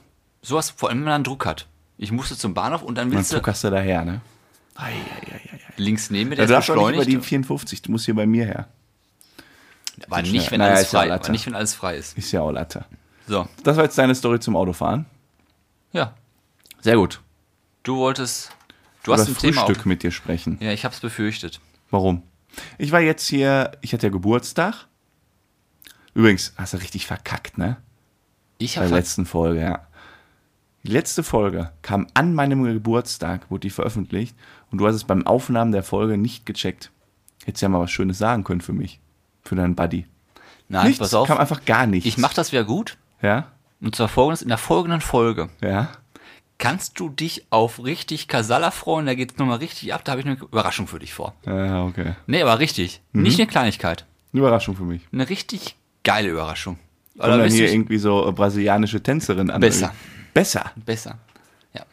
Sowas, vor allem wenn man einen Druck hat. Ich musste zum Bahnhof und dann
Dann
willst du
zuckerst du daher, ne? Ei, ei, ei, ei, ei.
links neben mir,
Du
der ist
darfst auch nicht über die
beschleunigt.
54, du musst hier bei mir her.
Aber nicht, wenn
Naja,
alles
ist ja
frei,
Latte.
aber nicht, wenn alles frei ist.
Ist ja auch Latte.
So,
Das war jetzt deine Story zum Autofahren.
ja.
Sehr gut.
Du wolltest, du
Du
hast
hast
ein Thema.
Frühstück
Auf,
mit dir sprechen.
ja, ich habe es befürchtet.
Warum? Ich war jetzt hier, ich hatte ja Geburtstag. Übrigens, hast du richtig verkackt, ne?
Ich
Bei der
habe
letzten Folge, ja. Die letzte Folge kam an meinem Geburtstag, wurde die veröffentlicht und du hast es beim Aufnahmen der Folge nicht gecheckt. Hättest ja mal was Schönes sagen können für mich, für deinen Buddy.
Nein,
nichts,
Ah, pass auf.
kam einfach gar nichts.
Ich mache das wieder gut.
Ja,
Und zwar folgendes, in der folgenden Folge.
ja.
Kannst du dich auf richtig Kasala freuen? Da geht's nochmal richtig ab. Da habe ich eine Überraschung für dich vor.
Äh, okay.
Nee, aber richtig.
Mhm.
Nicht eine Kleinigkeit.
Eine Überraschung für mich.
Eine richtig geile Überraschung.
Oder dann
bist
hier
du-
irgendwie so äh, brasilianische Tänzerin an.
Besser.
Besser.
besser. Ja.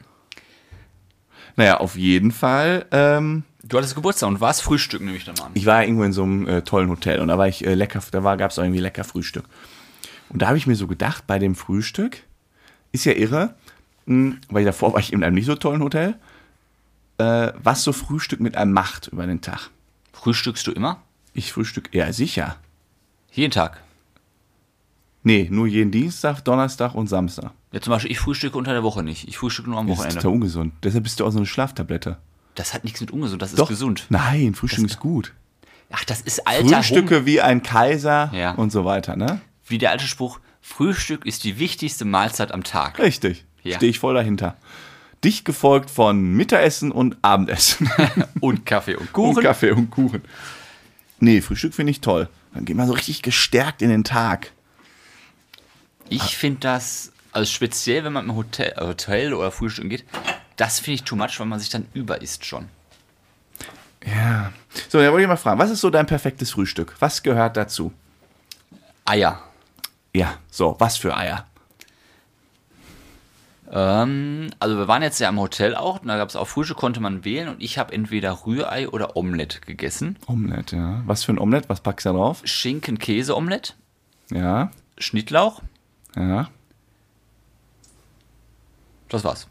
Naja, auf jeden Fall. Ähm,
Du hattest Geburtstag und warst Frühstück, nehme ich dann mal an.
ich war irgendwo in so einem äh, tollen Hotel und da war ich äh, lecker, da war, gab es irgendwie lecker Frühstück. Und da habe ich mir so gedacht, bei dem Frühstück, ist ja irre, mh, weil davor war ich in einem nicht so tollen Hotel, äh, was so Frühstück mit einem macht über den Tag.
Frühstückst du immer?
Ich frühstück, ja sicher.
Jeden Tag.
Nee, nur jeden Dienstag, Donnerstag und Samstag.
Ja, zum Beispiel, ich frühstücke unter der Woche nicht. Ich frühstücke nur am
Das ist
Wochenende.
total ungesund. Deshalb bist du auch so eine Schlaftablette.
Das hat nichts mit ungesund, das ist gesund.
Nein, Frühstück ist gut.
Ach, das ist alter Frühstücke.
Frühstücke wie ein Kaiser
Ja.
und so weiter, ne?
Wie der alte Spruch, Frühstück ist die wichtigste Mahlzeit am Tag.
Richtig.
Ja.
Stehe ich voll dahinter. Dicht gefolgt von Mittagessen und Abendessen.
Und Kaffee und
und
Kuchen.
Kaffee und Kuchen. Nee, Frühstück finde ich toll. Dann geht man so richtig gestärkt in den Tag.
Ich finde das, also speziell, wenn man im Hotel, äh, Hotel oder Frühstück geht, das finde ich too much, weil man sich dann über isst schon.
Ja. So, dann wollte ich mal fragen, was ist so dein perfektes Frühstück? Was gehört dazu?
Eier.
Ah Ja, so, was für Eier?
Ähm, also wir waren jetzt ja im Hotel auch, und da gab es auch Frühstück, konnte man wählen und ich habe entweder Rührei oder Omelette gegessen.
Omelette, ja. Was für ein Omelette? Was packst du da drauf?
Schinken-Käse-Omelette,
Ja,
Schnittlauch,
ja.
das war's.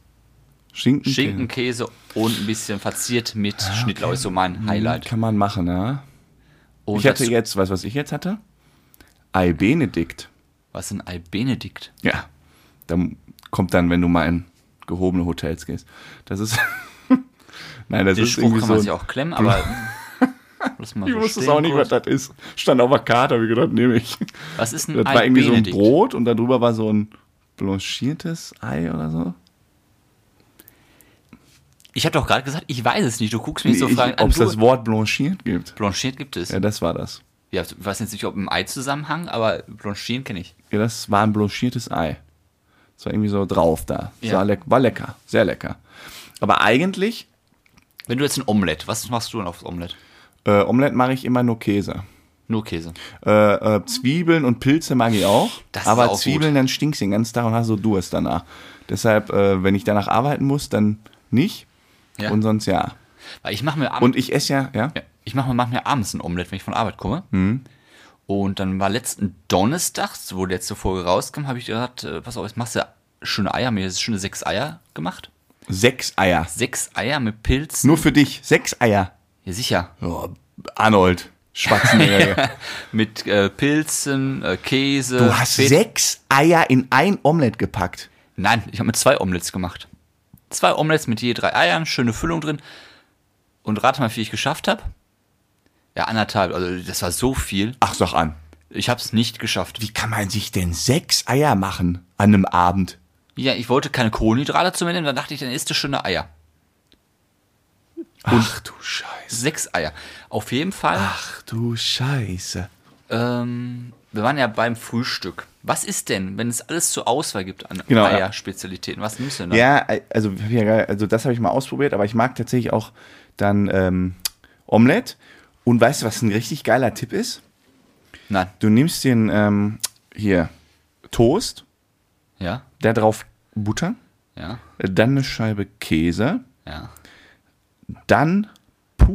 Schinken.
Schinkenkäse und ein bisschen verziert mit
Ah,
Schnittlauch ist so mein Highlight.
Kann man machen, ja.
Und
Ich hatte
dazu-
jetzt, weißt du, was ich jetzt hatte? Ei Benedikt.
was ist ein Ei Benedikt?
Ja. Dann kommt dann, wenn du mal in gehobene Hotels gehst. Das ist. Nein, das
Den
ist
Spruch
irgendwie so.
kann man
ein-
sich auch klemmen, aber lass mal
ich
so
wusste es
stehen
auch nicht, was
kurz.
das ist. Stand auf der Karte, habe ich gedacht, nehme ich.
Was ist ein
Das
Ei
war irgendwie
Benedikt?
so ein Brot und darüber war so ein blanchiertes Ei oder so.
Ich habe doch gerade gesagt, ich weiß es nicht. Du guckst mich
Nee,
so
ich-
fragen.
Ob es
du-
das Wort blanchiert gibt.
Blanchiert gibt es.
Ja, das war das.
Ja, ich weiß jetzt nicht, ob im Ei-Zusammenhang, aber Blanchieren kenne ich.
Ja, das war ein blanchiertes Ei. Das war irgendwie so drauf da. Das
Ja.
War, leck, war lecker, sehr lecker. Aber eigentlich,
Wenn du jetzt ein Omelett, was machst du denn aufs Omelett?
äh, Omelette mache ich immer nur Käse.
Nur Käse.
Äh, äh, Zwiebeln und Pilze mag ich auch.
Das ist
aber
auch gut.
Zwiebeln, dann stinkst du den ganzen Tag und hast so Durst danach. Deshalb, äh, wenn ich danach arbeiten muss, dann nicht.
Ja.
Und sonst ja.
Weil ich mache mir, ab-
Und ich esse ja, ja.
ja, ich mach mir, mach mir abends ein Omelett, wenn ich von Arbeit komme.
Mhm.
Und dann war letzten Donnerstag, wo die letzte Folge rauskam, habe ich gesagt, äh, pass auf, jetzt machst du schöne Eier, mir jetzt schöne sechs Eier gemacht.
Sechs Eier.
Sechs Eier mit Pilz.
Nur für dich. Sechs Eier.
Ja, sicher.
Oh, Arnold. Schwarzenegger.
Mit äh, Pilzen, äh, Käse.
du hast
Fett.
sechs Eier in ein Omelett gepackt.
Nein, ich habe mir zwei Omelettes gemacht. Zwei Omelettes mit je drei Eiern, schöne Füllung drin. Und rate mal, wie viel ich geschafft habe. Ja, anderthalb. Also das war so viel.
Ach, sag an.
Ich habe es nicht geschafft.
Wie kann man sich denn sechs Eier machen an einem Abend?
Ja, ich wollte keine Kohlenhydrate zu mir nehmen. Dann dachte ich, dann isst du schöne Eier.
Ach du Scheiße.
Sechs Eier. Auf jeden Fall.
Ach du Scheiße. Ah.
Ähm, wir waren ja beim Frühstück. Was ist denn, wenn es alles zur Auswahl gibt an
Genau, ja.
Eierspezialitäten? Was nimmst du denn da?
Ja, also, ja, geil. also das habe ich mal ausprobiert, aber ich mag tatsächlich auch dann ähm, Omelette. Und weißt du, was ein richtig geiler Tipp ist?
Nein.
Du nimmst den ähm, hier Toast,
Ja.
da drauf Butter,
Ja.
dann eine Scheibe Käse,
Ja.
dann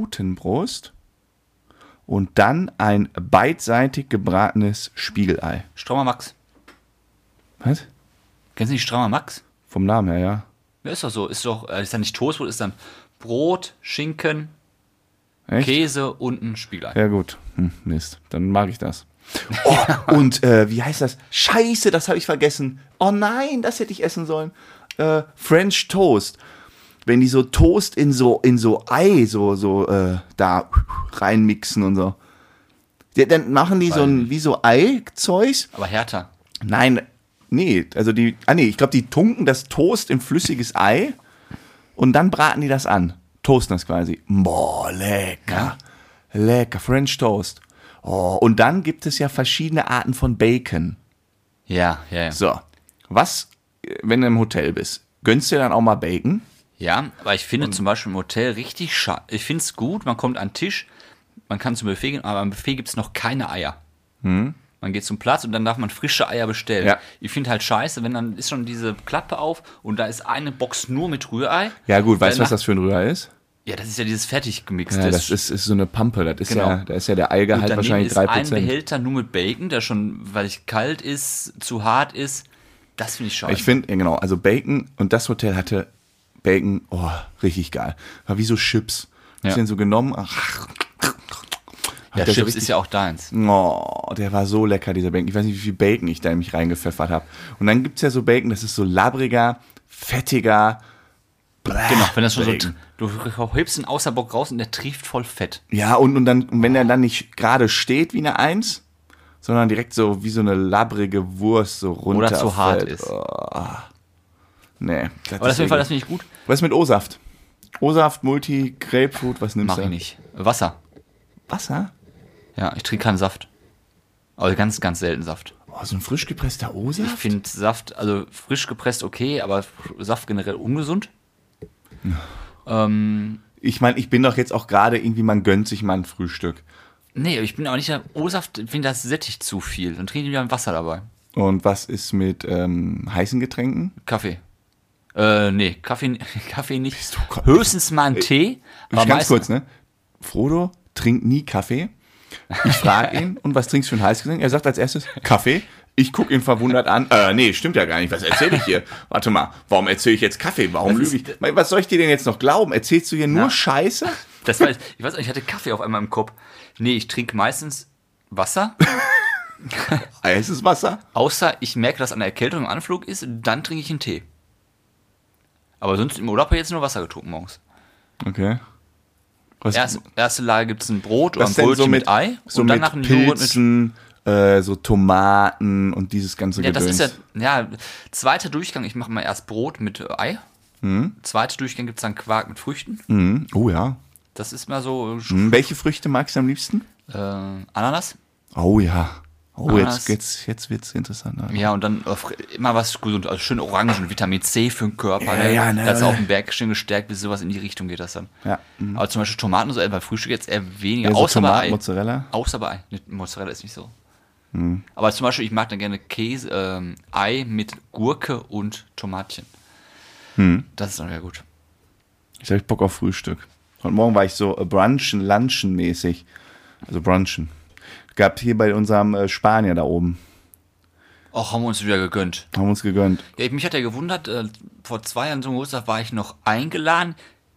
Putenbrust und dann ein beidseitig gebratenes Spiegelei.
Strammer Max.
Was?
Kennst du nicht Strammer Max?
Vom Namen her, ja.
Ja, ist doch so. Ist doch, äh, ist dann nicht Toastbrot, ist dann Brot, Schinken,
Echt?
Käse und ein Spiegelei.
Ja, gut. Hm, Mist. Dann mag ich das. Oh, und äh, wie heißt das? Scheiße, das habe ich vergessen. Oh nein, das hätte ich essen sollen. Äh, French Toast. Wenn die so Toast in so, in so Ei so, so äh, da reinmixen und so. Ja, dann machen die so ein, wie so Ei-Zeugs.
Aber härter.
Nein, nee, also die, ah nee, ich glaube, die tunken das Toast in flüssiges Ei und dann braten die das an. Toasten das quasi. Boah, lecker. Lecker, French Toast. Oh, und dann gibt es ja verschiedene Arten von Bacon.
Ja, ja, ja.
So, was, äh, wenn du im Hotel bist, gönnst du dir dann auch mal Bacon?
Ja, aber ich finde zum Beispiel im Hotel richtig schade. Ich finde es gut, man kommt an den Tisch, man kann zum Buffet gehen, aber am Buffet gibt es noch keine Eier. Man geht zum Platz und dann darf man frische Eier bestellen.
Hm? Ja.
Ich finde halt scheiße, wenn dann ist schon diese Klappe auf und da ist eine Box nur mit Rührei.
Ja gut, weißt du, was
Danach-
das für ein Rührei ist?
Ja, das ist ja dieses fertig gemixte.
Ja, das ist, ist so eine Pampe. Das ist
Genau.
ja, da ist ja der
Und
Allgehalt
daneben
wahrscheinlich
ist ein
3%.
Behälter nur mit Bacon, der schon, weil ich kalt ist, zu hart ist. Das finde ich schade.
Ich finde, ja, genau, also Bacon und das Hotel hatte Bacon, oh, richtig geil. War wie so Chips. Ja.
Ja.
Ich den so genommen. Ach,
der
hat der so
Chips
richtig-
ist ja auch deins.
Oh, der war so lecker, dieser Bacon. Ich weiß nicht, wie viel Bacon ich da in mich reingepfeffert habe. Und dann gibt es ja so Bacon, das ist so labriger, fettiger.
Genau, wenn das schon so, du hebst den Außerbock raus und der trieft voll Fett.
Ja, und, und dann, und wenn er dann nicht gerade steht wie eine Eins, sondern direkt so wie so eine labrige Wurst so runter.
Oder zu hart ist.
Oh, nee.
Aber das
ist
auf jeden Fall, das
eklig.
finde ich gut.
was mit O-Saft? O-Saft, Multi, Grapefruit, was nimmst
Mach
du?
ich nicht. Wasser.
Wasser?
Ja, ich trinke keinen Saft. Also ganz, ganz selten Saft.
Oh, so ein frisch gepresster
Ich
O-Saft?
finde Saft, also frisch gepresst okay, aber Saft generell ungesund. Ähm,
Ich meine, ich bin doch jetzt auch gerade irgendwie, man gönnt sich mal ein Frühstück.
nee, ich bin auch nicht der O-Saft, finde das sättigt zu viel. Dann trinke ich wieder Wasser dabei.
Und was ist mit ähm, heißen Getränken?
Kaffee. Äh, nee, Kaffee, Kaffee nicht.
Gott.
Höchstens mal einen Tee. aber
ganz
meist-
kurz, ne? Frodo trinkt nie Kaffee. Ich frage ihn, und was trinkst du für ein Heißgetränk? Er sagt als erstes Kaffee. Ich gucke ihn verwundert an. Äh, nee, stimmt ja gar nicht. Was erzähle ich hier? Warte mal, warum erzähle ich jetzt Kaffee? Warum
Das
lüge ich? Was soll ich dir denn jetzt noch glauben? Erzählst du hier nur
Na.
Scheiße?
Das war, ich weiß auch nicht, ich hatte Kaffee auf einmal im Kopf. Nee, ich trinke meistens Wasser,
Heißes Wasser?
außer ich merke, dass eine Erkältung im Anflug ist, dann trinke ich einen Tee. Aber sonst im Urlaub habe ich jetzt nur Wasser getrunken morgens.
Okay. Was,
Erste, erste Lage gibt es ein Brot oder
was
ein
denn
Brötchen
so
mit,
mit,
Ei
so
und
mit
danach ein Joghurt mit
Pilzen, äh, so Tomaten und dieses ganze
Ja, das
Gedöns?
ist ja, ja, zweiter Durchgang, ich mache mal erst Brot mit äh, Ei.
Hm?
Zweiter Durchgang gibt es dann Quark mit Früchten.
Mhm. Oh ja.
Das ist mal so äh,
Hm, welche Früchte magst du am liebsten?
äh, Ananas.
Oh ja. Oh,
Ananas.
jetzt, jetzt, jetzt wird's interessant. Alter.
Ah, Ja, und dann äh, fr- immer was gesund, also schön Orangen, Vitamin C für den Körper.
Ja,
ne?
ja, ne.
Das ist auf dem Berg schön gestärkt, bis sowas in die Richtung geht das dann.
Ja, mhm.
Aber zum Beispiel Tomaten und so, äh, bei Frühstück jetzt eher weniger.
Ja, so
außer bei
Tomaten,
Ei.
Mozzarella.
Außer bei Ei. Nee, Mozzarella ist nicht so.
Mhm.
Aber zum Beispiel, ich mag dann gerne Käse, ähm, Ei mit Gurke und Tomatchen.
Mhm.
Das ist dann ja gut.
Ich hab Bock auf Frühstück. Heute Morgen war ich so äh, brunchen, lunchen mäßig. Also brunchen. Gab hier bei unserem äh, Spanier da oben.
Och, haben wir uns wieder gegönnt.
Haben uns gegönnt.
Ja, ich- mich hat ja gewundert, äh, vor zwei Jahren zum Geburtstag war ich noch eingeladen.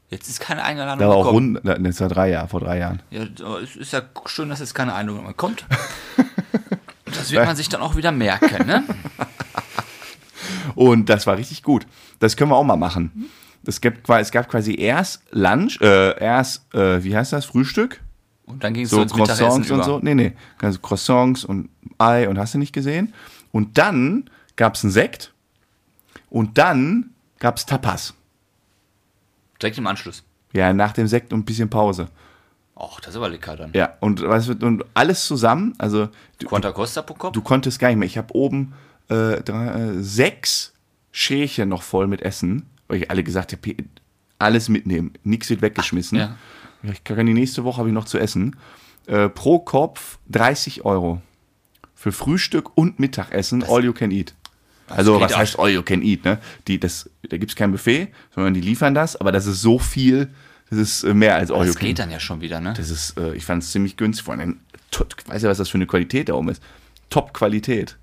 Jetzt ist um keine Einladung
Da war auch
gekommen.
rund, da- das war drei Jahre, vor drei Jahren.
Ja, aber es ist ja schön, dass jetzt keine Einladung mehr kommt. Das wird man sich dann auch wieder merken, ne?
Und das war richtig gut. Das können wir auch mal machen. Es gab, qua- es gab quasi erst Lunch, äh, erst, äh, wie heißt das, Frühstück?
Und dann ging es so
so
ins Mittagessen
Croissants
über.
und so. Nee, nee. Also Croissants und Ei und hast du nicht gesehen. Und dann gab's einen Sekt. Und dann gab's Tapas.
Direkt im Anschluss.
Ja, nach dem Sekt und ein bisschen Pause.
Och, das ist aber lecker dann.
Ja, und, weißt du, und alles zusammen. Also du,
Quanta Costa pro Kopf?
du konntest gar nicht mehr. Ich habe oben äh, drei, äh, sechs Schälchen noch voll mit Essen. Weil ich alle gesagt habe, alles mitnehmen. Nichts wird weggeschmissen.
Ah, Ja.
Ich kann die nächste Woche habe ich noch zu essen. Äh, pro Kopf 30 Euro. Für Frühstück und Mittagessen, all you can eat. Also,
klingt
was
auch-
heißt all you can eat, ne? Die, das, da gibt's kein Buffet, sondern die liefern das, aber das ist so viel, das ist äh, mehr als all you
das
can eat.
geht dann ja schon wieder, ne?
Das ist, äh, ich fand es ziemlich günstig. Vor allem, to- ich weiß ja, was das für eine Qualität da oben ist. Top-Qualität.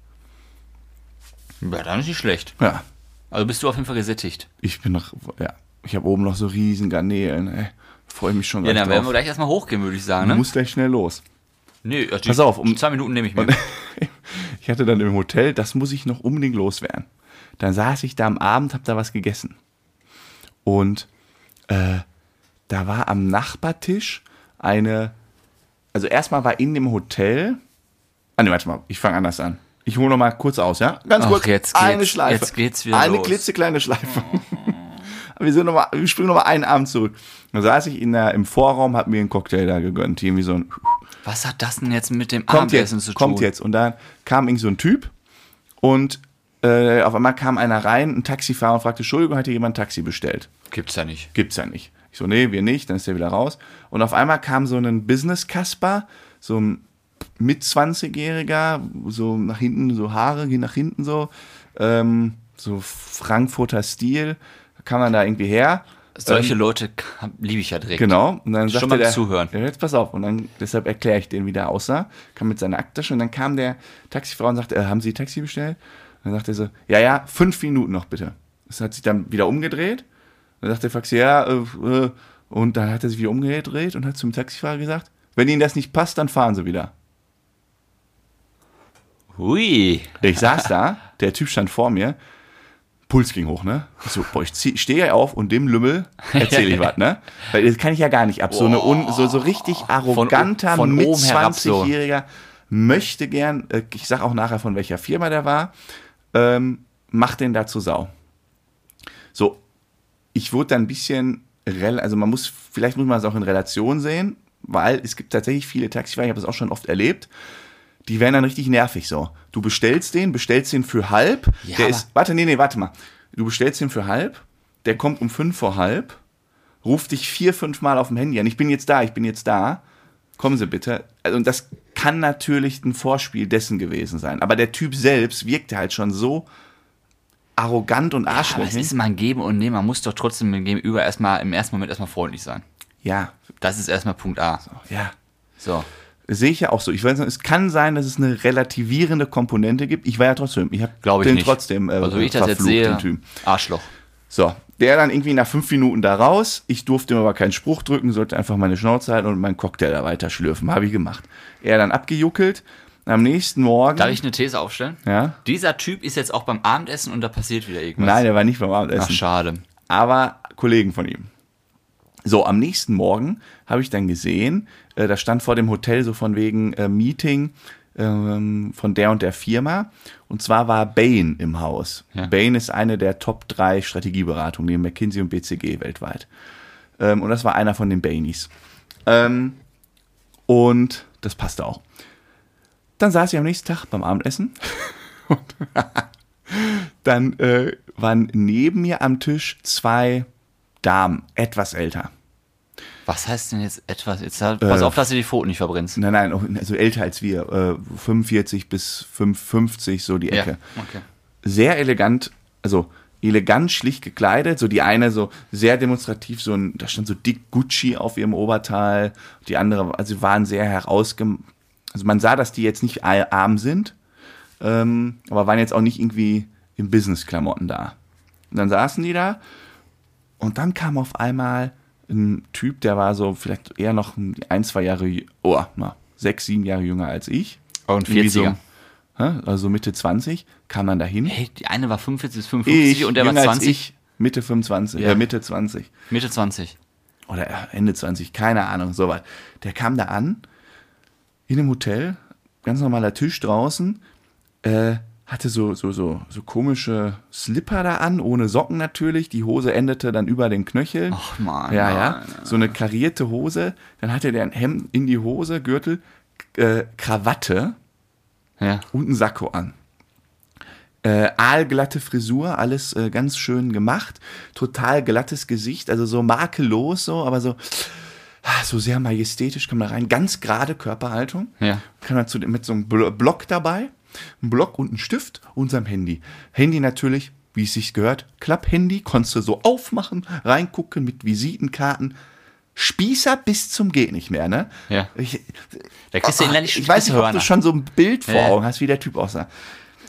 Ja, dann ist nicht schlecht.
Ja,
Also bist du auf jeden Fall gesättigt.
ich bin noch, ja, ich habe oben noch so riesen Garnelen, ey. Freue mich schon
Ja,
gleich
dann werden wir
drauf.
gleich erstmal hochgehen, würde ich sagen,
Ich
ne?
muss gleich schnell los.
Nee, also die
Pass auf, um-
zwei Minuten nehme ich mir.
Ich hatte dann im Hotel, das muss ich noch unbedingt loswerden. Dann saß ich da am Abend, habe da was gegessen. Und äh, da war am Nachbartisch eine, also erstmal war in dem Hotel, ah ne, warte mal, ich fange anders an. Ich hole noch mal kurz aus, ja? Ganz
Ach,
kurz.
jetzt
eine
geht's-
Schleife.
jetzt geht's wieder
Eine
los. Oh.
klitzekleine Schleife. wir, sind noch mal, wir springen noch mal einen Abend zurück. Dann saß ich in der, im Vorraum, hab mir einen Cocktail da gegönnt, irgendwie so ein
Was hat das denn jetzt mit dem
kommt
Abendessen
jetzt,
zu tun?
kommt jetzt. Und dann kam irgend so ein Typ und äh, auf einmal kam einer rein, ein Taxifahrer und fragte, Entschuldigung, hat hier jemand ein Taxi bestellt?
Gibt's ja nicht.
Gibt's ja nicht. Ich so, nee, wir nicht, dann ist der wieder raus. Und auf einmal kam so ein Business-Kasper, so ein mit 20-Jähriger, so nach hinten, so Haare gehen nach hinten so, ähm, so Frankfurter Stil, kam man da irgendwie her,
Solche Leute kann- liebe ich ja direkt.
Genau. Und dann
Schon
sagte
beim
der,
Zuhören.
Ja, jetzt pass auf. Und dann, deshalb erkläre ich denen, wie der aussah. Kam mit seiner Aktasche und dann kam der Taxifrau und sagte, äh, haben Sie Taxi bestellt? Und dann sagte er so, ja, ja, fünf Minuten noch bitte. Das hat sich dann wieder umgedreht. Und dann sagte der Faxi, ja, äh, äh, und dann hat er sich wieder umgedreht und hat zum Taxifahrer gesagt, wenn Ihnen das nicht passt, dann fahren Sie wieder.
Hui.
Ich saß da, der Typ stand vor mir, Puls ging hoch, ne? Ich so, boah, ich zieh- ich stehe ja auf und dem Lümmel erzähle ich was, ne? Weil das kann ich ja gar nicht ab. So, eine un, so, so richtig arroganter,
von
mit
oben herab so.
20-Jähriger möchte gern, äh, ich sag auch nachher von welcher Firma der war, ähm, macht den dazu Sau. So, ich wurde dann ein bisschen, rel- also man muss, vielleicht muss man es auch in Relation sehen, weil es gibt tatsächlich viele Taxifahrer, ich habe es auch schon oft erlebt, die werden dann richtig nervig so. Du bestellst den, bestellst den für halb,
Ja,
der
aber-
ist, warte, nee, nee, warte mal. Du bestellst den für halb, der kommt um fünf vor halb, ruft dich vier, fünf Mal auf dem Handy an, ich bin jetzt da, ich bin jetzt da, kommen Sie bitte. Also, und das kann natürlich ein Vorspiel dessen gewesen sein, aber der Typ selbst wirkte halt schon so arrogant und
Aber es
arschlöchig.
ist immer ein Geben und Nehmen. Man muss doch trotzdem dem Gegenüber erstmal im ersten Moment erstmal freundlich sein.
Ja,
Das ist erstmal Punkt A.
ja.
So.
Das sehe ich ja auch so. Ich weiß, nicht, es kann sein, dass es eine relativierende Komponente gibt. Ich war ja trotzdem, ich habe
Glaube ich
den
nicht.
trotzdem äh,
also wie ich das
verflucht,
jetzt sehe,
den Typen.
Arschloch.
So, der dann irgendwie nach fünf Minuten da raus. Ich durfte ihm aber keinen Spruch drücken, sollte einfach meine Schnauze halten und meinen Cocktail da weiter schlürfen. Habe ich gemacht. Er dann abgejuckelt. Am nächsten Morgen.
Darf ich eine These aufstellen?
Ja.
Dieser Typ ist jetzt auch beim Abendessen und da passiert wieder irgendwas.
Nein, der war nicht beim
Ach,
Abendessen.
schade.
aber Kollegen von ihm. So, am nächsten Morgen habe ich dann gesehen, äh, da stand vor dem Hotel so von wegen äh, Meeting ähm, von der und der Firma. Und zwar war Bain im Haus.
Ja.
Bain ist eine der Top 3 Strategieberatungen neben McKinsey und BCG weltweit. Ähm, und das war einer von den Bainies. Ähm, und das passte auch. Dann saß ich am nächsten Tag beim Abendessen dann äh, waren neben mir am Tisch zwei Damen, etwas älter.
Was heißt denn jetzt etwas? Jetzt pass
Äh.
auf, dass du die Pfoten nicht verbrennst.
Nein, nein, auch- also älter als wir, äh, 45 bis 5, 50, so die Ecke.
okay.
Sehr elegant, also elegant, schlicht gekleidet. So die eine so sehr demonstrativ, so ein, da stand so dick Gucci auf ihrem Oberteil. Die andere, also waren sehr herausgem... Also man sah, dass die jetzt nicht all- arm sind, ähm, aber waren jetzt auch nicht irgendwie in Business-Klamotten da. Und dann saßen die da und dann kam auf einmal ein Typ, der war so vielleicht eher noch ein, zwei Jahre, jü- oh, na, sechs, sieben Jahre jünger als ich.
Oh, ein
Irgendwie
40er.
So, hä, also Mitte 20 kam man dahin.
Hey, die eine war 45 bis 55 und der war
jünger als
20,
ich, Mitte 25,
Ja.
äh, Mitte 20
Mitte 20.
oder ja, Ende 20, keine Ahnung, sowas. Der kam da an, in einem Hotel, ganz normaler Tisch draußen, äh, hatte so, so, so, so komische Slipper da an, ohne Socken natürlich. Die Hose endete dann über den Knöcheln.
Ach, Mann,
Ja, ja.
Mann.
So eine karierte Hose. Dann hatte der ein Hemd in die Hose, Gürtel, K- äh, Krawatte
Ja.
und einen Sakko an. Äh, aalglatte Frisur, alles äh, ganz schön gemacht, total glattes Gesicht, also so makellos so, aber so ah, so sehr majestätisch kam da rein, ganz gerade Körperhaltung.
Ja.
Kam dazu mit so einem Blo- Block dabei, ein Block und ein Stift und seinem Handy. Handy natürlich, wie es sich gehört, Klapphandy, konntest du so aufmachen, reingucken mit Visitenkarten. Spießer bis zum geht nicht mehr, ne?
Ja.
Ich,
Da kriegst du innerlich
Ah, ich weiß nicht, ob du
Stresshörner.
schon so ein Bild vor
Ja.
Augen hast, wie der Typ aussah.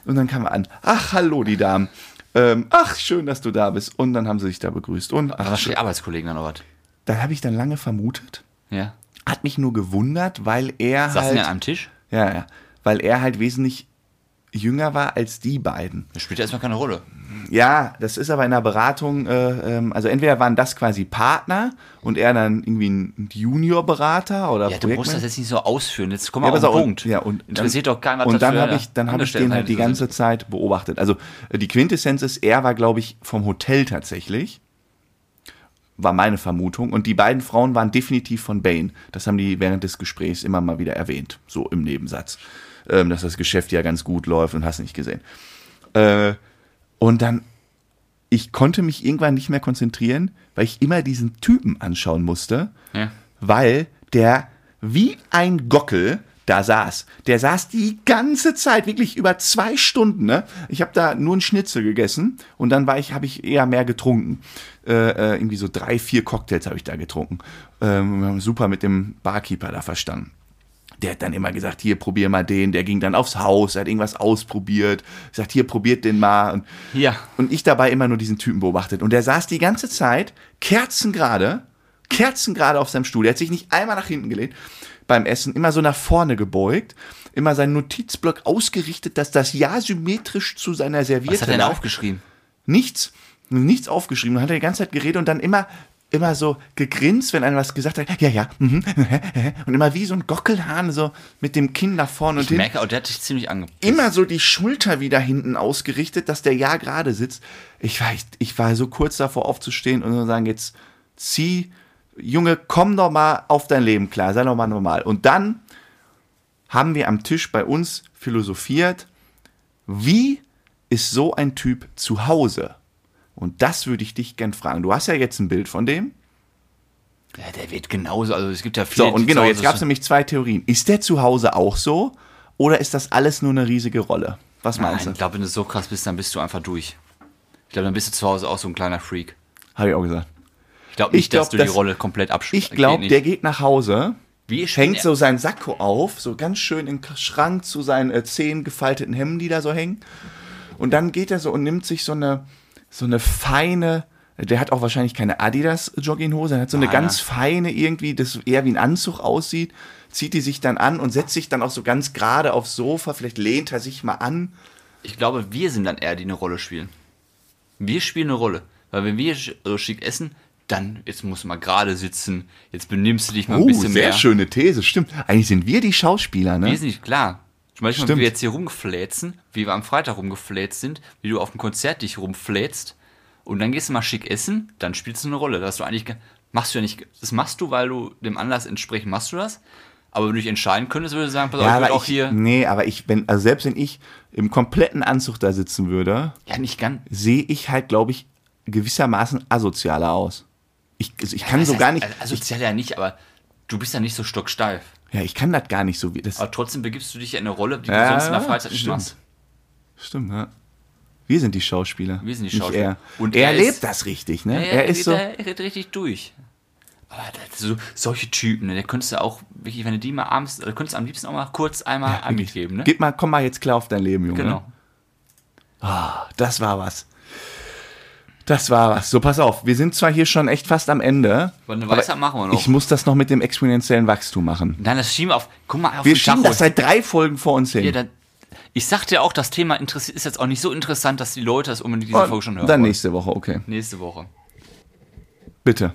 Und dann kam er an. Ach, hallo, die Damen. Ähm, ach, schön, dass du da bist. Und dann haben sie sich da begrüßt. Und ach,
Wahrscheinlich Arbeitskollegen dann noch was.
da habe ich dann lange vermutet.
Ja.
Hat mich nur gewundert, weil er
Saßen die
halt.
an einem Tisch?
Ja, ja. Weil er halt wesentlich jünger war als die beiden.
Das spielt ja erstmal keine Rolle.
Ja, das ist aber in der Beratung, äh, ähm, also entweder waren das quasi Partner und er dann irgendwie ein Junior-Berater oder
Ja, du musst das
Projektmanager.
jetzt nicht so ausführen. Jetzt kommen
Ja,
wir auf
pass
den
auf, und-
Punkt.
Ja, und
Interessiert
dann,
doch keinen, was
Und
das
dann
für
habe ich, dann hab ich den halt die
Angestelltenverhältnisse
ganze Zeit beobachtet. Also äh, die Quintessenz ist, er war, glaube ich, vom Hotel tatsächlich. War meine Vermutung. Und die beiden Frauen waren definitiv von Bain. Das haben die während des Gesprächs immer mal wieder erwähnt. So im Nebensatz. Ähm, dass das Geschäft ja ganz gut läuft und hast nicht gesehen. Äh, und dann, ich konnte mich irgendwann nicht mehr konzentrieren, weil ich immer diesen Typen anschauen musste
sind. Ja.
weil der wie ein Gockel da saß. Der saß die ganze Zeit, wirklich über zwei Stunden. Ne? Ich habe da nur einen Schnitzel gegessen und dann war ich, habe ich eher mehr getrunken. Äh, äh, irgendwie so drei, vier Cocktails habe ich da getrunken. Ähm, wir haben super mit dem Barkeeper da verstanden. Der hat dann immer gesagt, hier probier mal den. Der ging dann aufs Haus, hat irgendwas ausprobiert, sagt, hier probiert den mal. Und,
Ja.
und ich dabei immer nur diesen Typen beobachtet. Und der saß die ganze Zeit kerzengerade, kerzengerade auf seinem Stuhl. Er hat sich nicht einmal nach hinten gelehnt beim Essen, immer so nach vorne gebeugt, immer seinen Notizblock ausgerichtet, dass das Ja symmetrisch zu seiner Serviette
Was hat er denn
lag.
aufgeschrieben?
Nichts, nichts aufgeschrieben. Dann hat er die ganze Zeit geredet und dann immer immer so gegrinst, wenn einer was gesagt hat. Ja, ja. Mhm, und immer wie so ein Gockelhahn so mit dem Kinn nach vorne und
Ich merke, oh, der hat dich ziemlich angepisst.
immer so die Schulter wieder hinten ausgerichtet, dass der ja gerade sitzt. Ich war, ich, ich war so kurz davor aufzustehen und zu sagen, jetzt zieh, Junge, komm doch mal auf dein Leben klar, sei doch mal normal. Und dann haben wir am Tisch bei uns philosophiert, wie ist so ein Typ zu Hause? Und das würde ich dich gern fragen. Du hast ja jetzt ein Bild von dem.
Ja, der wird genauso. Also es gibt ja viele.
So, und
die
genau,
zu
jetzt
Hause
gab es
sind.
nämlich zwei Theorien. Ist der zu Hause auch so? Oder ist das alles nur eine riesige Rolle? Was meinst
Nein, ich
du?
glaube, wenn du so krass bist, dann bist du einfach durch. Ich glaube, dann bist du zu Hause auch so ein kleiner Freak.
Habe ich auch gesagt.
Ich glaube nicht,
Ich glaub,
dass du die
das-
Rolle komplett abspielst.
Ich glaube, der geht nach Hause,
Wie schön
hängt
er-
so seinen Sakko auf, so ganz schön im Schrank zu seinen äh, zehn gefalteten Hemden, die da so hängen. Und dann geht er so und nimmt sich so eine, so eine feine, der hat auch wahrscheinlich keine Adidas-Jogginghose, er hat so eine
Nein,
ganz feine irgendwie, das eher wie ein Anzug aussieht, zieht die sich dann an und setzt sich dann auch so ganz gerade aufs Sofa, vielleicht lehnt er sich mal an.
Ich glaube, wir sind dann eher, die eine Rolle spielen. Wir spielen eine Rolle. Weil wenn wir sch- also schick essen, dann, jetzt musst du mal gerade sitzen, jetzt benimmst du dich
Uh,
mal ein bisschen mehr.
Oh, schöne These, stimmt. Eigentlich sind wir die Schauspieler, ne?
Wir sind nicht klar. Zum Beispiel, wenn
Stimmt.
wir jetzt hier rumgefläzen, wie wir am Freitag rumgefläzt sind, wie du auf dem Konzert dich rumfläzt und dann gehst du mal schick essen, dann spielst du eine Rolle. Dass du eigentlich, ge- machst du ja nicht, das machst du, weil du dem Anlass entsprechend machst du das. Aber wenn du dich entscheiden könntest, würde ich sagen, pass auf,
Ja,
ich
aber
würde auch
ich,
hier,
nee, aber ich, wenn, also selbst wenn ich im kompletten Anzug da sitzen würde,
ja, nicht ganz.
sehe ich halt, glaube ich, gewissermaßen asozialer aus. Ich, also ich kann
Das
so
heißt,
gar nicht,
Also asozial ja nicht, aber du bist ja nicht so stocksteif.
ja, ich kann das gar nicht so wie das.
Aber trotzdem begibst du dich ja in eine Rolle, die du
Ja,
sonst in der
ja,
Freizeit nicht
stimmt.
machst.
Stimmt, ja. Wir sind die Schauspieler.
Wir sind die
nicht
Schauspieler.
Er.
Und
Und er,
er
lebt
ist-
das richtig, ne?
Ja,
er ist
geht-
so.
er geht richtig durch. Aber das, so, solche Typen, ne, der könntest du auch, wirklich, wenn du die mal abends, da könntest du am liebsten auch mal kurz einmal angeben, ne?
Gib mal, komm mal jetzt klar auf dein Leben, Junge.
Genau.
Das war was. Das war was. So, pass auf. Wir sind zwar hier schon echt fast am Ende.
Aber eine Weisheit machen wir noch.
Ich muss das noch mit dem exponentiellen Wachstum machen.
Nein, das schieben wir auf. Guck mal auf
Wir
den
schieben
Tacho.
das halt seit drei Folgen vor uns hin.
ja, dann, Ich sagte ja auch, das Thema interessi- ist jetzt auch nicht so interessant, dass die Leute das unbedingt diese Folge schon hören.
dann
wollen.
nächste Woche, okay.
Nächste Woche.
Bitte.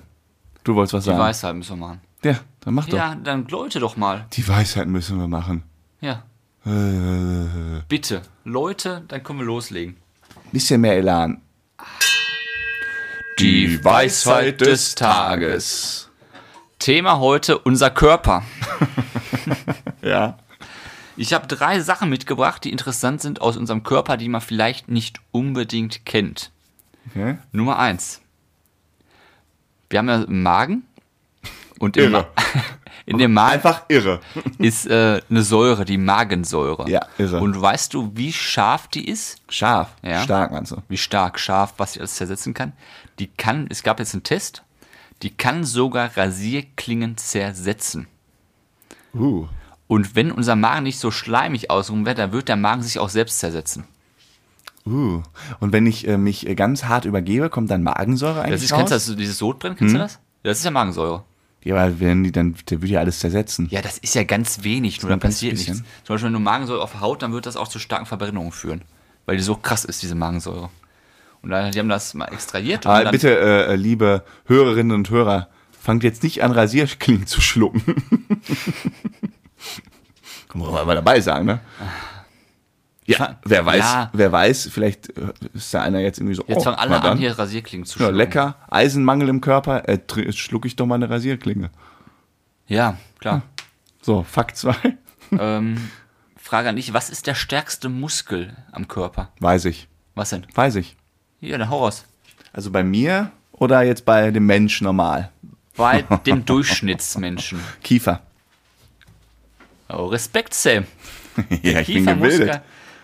Du wolltest was
Die
sagen.
Weisheit müssen wir machen.
Ja, dann mach doch.
Ja, dann Leute doch mal.
Die Weisheit müssen wir machen.
Ja,
Äh,
bitte. Leute, dann können wir loslegen.
bisschen mehr Elan.
Die Weisheit des Tages. Thema heute unser Körper.
Ja.
Ich habe drei Sachen mitgebracht, die interessant sind aus unserem Körper, die man vielleicht nicht unbedingt kennt.
Okay.
Nummer eins. Wir haben ja einen Magen und im Ma
Irre.
in dem Magen
Einfach irre.
ist äh, eine Säure, die Magensäure.
Ja, irre.
Und weißt du, wie scharf die ist?
Scharf.
Ja.
Stark, meinst du?
wie stark, scharf, was sie alles zersetzen kann. Die kann, es gab jetzt einen Test, die kann sogar Rasierklingen zersetzen.
Uh.
Und wenn unser Magen nicht so schleimig außenrum wäre, dann wird der Magen sich auch selbst zersetzen.
Uh. Und wenn ich äh, mich äh, ganz hart übergebe, kommt dann Magensäure
Das
eigentlich
ist,
raus?
kennst du das, so dieses Sodbrennen, kennst du das? Das ist ja Magensäure.
Ja, aber wenn die dann, der würde ja alles zersetzen.
Ja, das ist ja ganz wenig,
ein
nur dann
ganz
passiert
bisschen.
nichts. Zum Beispiel, wenn du Magensäure auf der Haut, dann wird das auch zu starken Verbrennungen führen. Weil die so krass ist, diese Magensäure. Und dann, die haben das mal extrahiert. und
aber
dann,
bitte, äh, liebe Hörerinnen und Hörer, fangt jetzt nicht an, Rasierklingen zu schlucken. Muss man mal dabei sagen, ne? Ja, wer weiß,
Ja.
wer weiß, vielleicht äh, ist da einer jetzt irgendwie so.
Jetzt
oh,
fangen
na
alle
dann.
an, hier Rasierklingen zu
Ja,
schlucken.
lecker, Eisenmangel im Körper, äh, tr- schluck ich doch mal eine Rasierklinge.
Ja, klar.
So, Fakt 2.
Ähm, Frage an dich, was ist der stärkste Muskel am Körper?
Weiß ich,
Was denn?
weiß ich.
Ja, dann hau raus.
Also bei mir oder jetzt bei dem Mensch normal?
Bei dem Durchschnittsmenschen.
Kiefer.
Oh, Respekt, Sam.
ja, ich bin gebildet.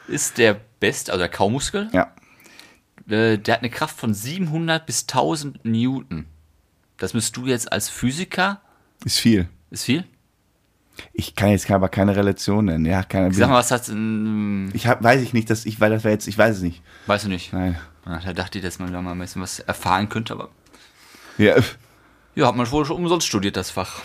ist der Best, also der Kaumuskel.
Ja.
Äh, der hat eine Kraft von 700 bis 1000 Newton. Das müsst du jetzt als Physiker,
Ist viel.
ist viel?
Ich kann jetzt aber keine Relation nennen. Ja, keine
Sag mal, was hat, ähm,
Ich hab, weiß ich nicht, dass ich, weil das wäre jetzt, ich weiß es nicht.
weißt du nicht.
Nein.
Ah, da dachte ich, dass man da mal ein bisschen was erfahren könnte, aber
Ja,
ja, hat man wohl schon umsonst studiert, das Fach.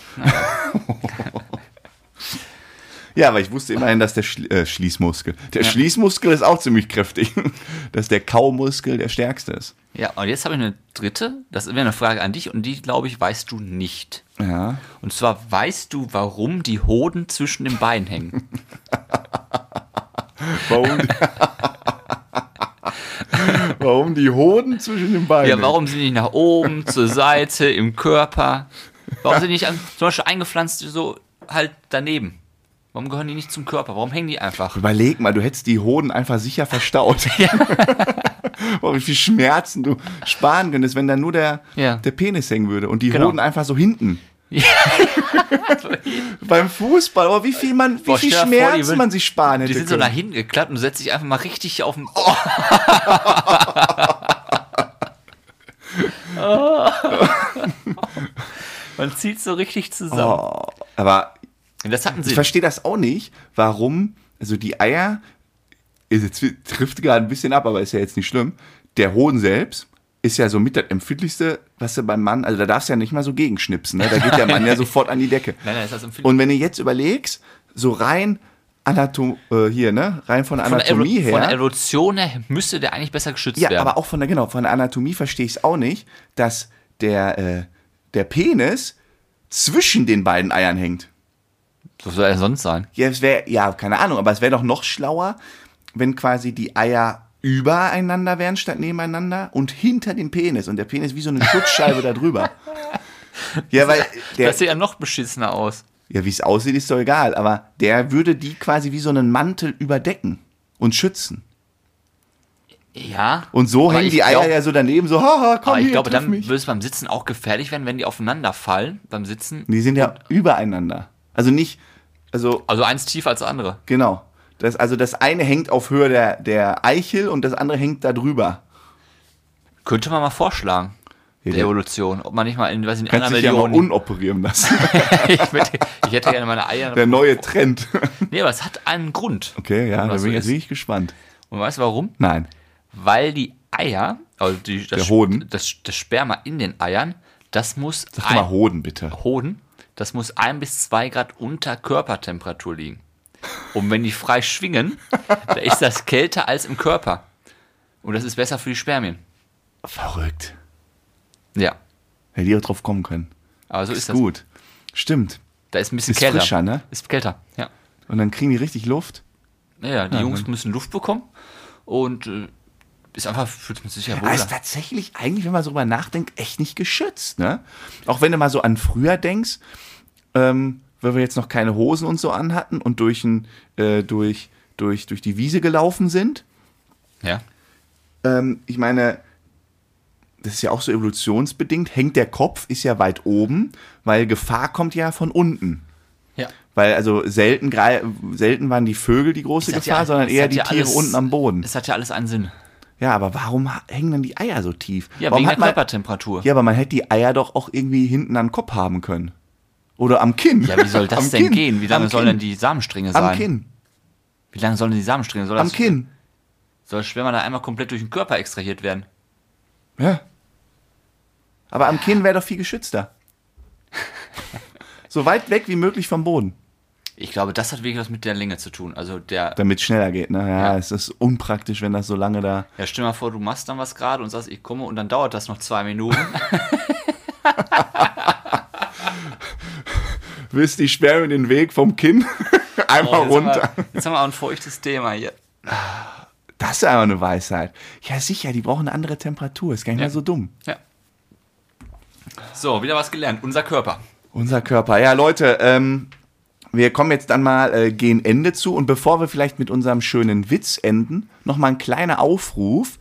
ja aber ich wusste immerhin, dass der Schli äh, Schließmuskel. Der Schließmuskel ist auch ziemlich kräftig. dass der Kaumuskel der stärkste ist.
Ja, und jetzt habe ich eine dritte, das wäre eine Frage an dich und die, glaube ich, weißt du nicht.
Ja.
Und zwar weißt du, warum die Hoden zwischen den Beinen hängen.
Warum die, warum die Hoden zwischen den Beinen?
Ja, warum sind die nicht nach oben, zur Seite, im Körper? Warum sind die nicht an- zum Beispiel eingepflanzt so halt daneben? Warum gehören die nicht zum Körper? Warum hängen die einfach?
Überleg mal, du hättest die Hoden einfach sicher verstaut. Boah, wie viel Schmerzen du sparen könntest, wenn da nur der,
Ja.
der Penis hängen würde und die
Genau.
Hoden einfach so hinten. Beim Fußball, oh, wie viel, man, wie
Boah,
viel
stell dir vor, die
Schmerzen
würden-
man sich sparen hätte.
Die sind so nach
können.
hinten geklappt und du setzt dich einfach mal richtig auf den. Oh, Man zieht so richtig zusammen.
oh, aber
Und das hatten sie.
Oh. ich verstehe das auch nicht, warum, also die Eier, ist jetzt, trifft gerade ein bisschen ab, aber ist ja jetzt nicht schlimm. Der Hoden selbst ist ja so mit das empfindlichste, was du beim Mann, also da darfst du ja nicht mal so gegenschnipsen, ne? da geht der Mann ja sofort an die Decke.
Nein, nein, ist das empfindlich.
Und wenn du jetzt überlegst, so rein Anatom äh, hier, ne, rein von
von, der Ero-
Anatomie
von der
her.
Erosion her müsste der eigentlich besser geschützt
Ja,
werden.
aber auch von der genau, von der Anatomie verstehe ich es auch nicht, dass der äh, der Penis zwischen den beiden Eiern hängt.
Was soll er sonst sein?
Ja, es wäre ja, keine Ahnung, aber es wäre doch noch schlauer, wenn quasi die Eier übereinander wären statt nebeneinander und hinter dem Penis und der Penis wie so eine Schutzscheibe da drüber. Ja, weil der,
Das sieht ja noch beschissener aus.
Ja, wie es aussieht, ist doch egal, aber der würde die quasi wie so einen Mantel überdecken und schützen.
Ja.
Und so
aber
hängen
ich
die Eier
glaub-
ja so daneben, so, haha, komm
Aber ich
hier,
glaube,
triff
dann
mich.
würde es beim Sitzen auch gefährlich werden, wenn die aufeinander fallen beim Sitzen.
Die sind ja übereinander. Also nicht, also
Also eins tiefer als das andere.
genau. Das, also das eine hängt auf Höhe der, der Eichel und das andere hängt da drüber.
Könnte man mal vorschlagen. der
der-
Evolution. Ob man nicht mal in, weiß ich nicht, einer
Kannst dich ja mal
Million.
unoperieren lassen.
ich, wette- ich hätte gerne meine Eier.
der neue Trend.
Nee, aber es hat einen Grund.
Okay, ja,
Warum
da
das
bin ich
so
jetzt
ist.
wirklich gespannt.
Und weißt du warum?
Nein.
Weil die Eier, also die, das,
Der Hoden.
Das, das Sperma in den Eiern, das muss
Sag mal Hoden, bitte.
Hoden, das muss ein bis zwei Grad unter Körpertemperatur liegen. Und wenn die frei schwingen, da ist das kälter als im Körper. Und das ist besser für die Spermien.
Verrückt.
Ja,
Hätte ich auch drauf kommen können.
aber so ist,
Ist
das.
gut. Stimmt.
Da ist ein bisschen
Ist
kälter.
frischer, ne?
Ist kälter, ja.
Und dann kriegen die richtig Luft.
Naja,
Ah,
die Jungs müssen Luft bekommen und äh, ist einfach, fühlt man sich ja
Aber
wohl.
Ah, ist tatsächlich eigentlich, wenn man so drüber nachdenkt, echt nicht geschützt, ne? Auch wenn du mal so an früher denkst, ähm, weil wir jetzt noch keine Hosen und so anhatten und durch, ein, äh, durch, durch, durch die Wiese gelaufen sind.
Ja.
Ähm, ich meine, das ist ja auch so evolutionsbedingt, hängt der Kopf, ist ja weit oben, weil Gefahr kommt ja von unten.
ja.
Weil also selten, grei- selten waren die Vögel die große
Es hat
Gefahr,
ja-
sondern
es
eher
hat
die
ja
Tiere
alles-
unten am Boden.
Es hat ja alles einen Sinn.
Ja, aber warum ha- hängen dann die Eier so tief?
Ja,
warum
wegen der
hat man-
Körpertemperatur.
Ja, aber man hätte die Eier doch auch irgendwie hinten am Kopf haben können. Oder am Kinn.
Ja, wie soll das
Am
denn
Kinn.
gehen? Wie lange
Am
sollen
Kinn.
denn die Samenstränge sein?
Am Kinn.
Wie lange sollen denn die Samenstränge? Soll
Am
das,
Kinn.
soll das Sperma da einmal komplett durch den Körper extrahiert werden?
Ja. Aber am Kinn wäre doch viel geschützter. so weit weg wie möglich vom Boden.
Ich glaube, das hat wirklich was mit der Länge zu tun. Also der,
Damit es schneller geht, ne? Ja,
Ja.
es ist unpraktisch, wenn das so lange da.
ja, stell mal vor, du machst dann was gerade und sagst, ich komme und dann dauert das noch zwei Minuten.
Willst die Sperre in den Weg vom Kinn?
Oh,
Einmal
jetzt
runter.
Haben wir, jetzt haben wir auch ein feuchtes Thema hier.
Das ist einfach eine Weisheit. Ja, sicher, die brauchen eine andere Temperatur. Ist gar nicht mehr so dumm.
Ja. So, wieder was gelernt. Unser Körper.
Unser Körper. Ja, Leute, ähm, wir kommen jetzt dann mal äh, gegen Ende zu. Und bevor wir vielleicht mit unserem schönen Witz enden, nochmal ein kleiner Aufruf.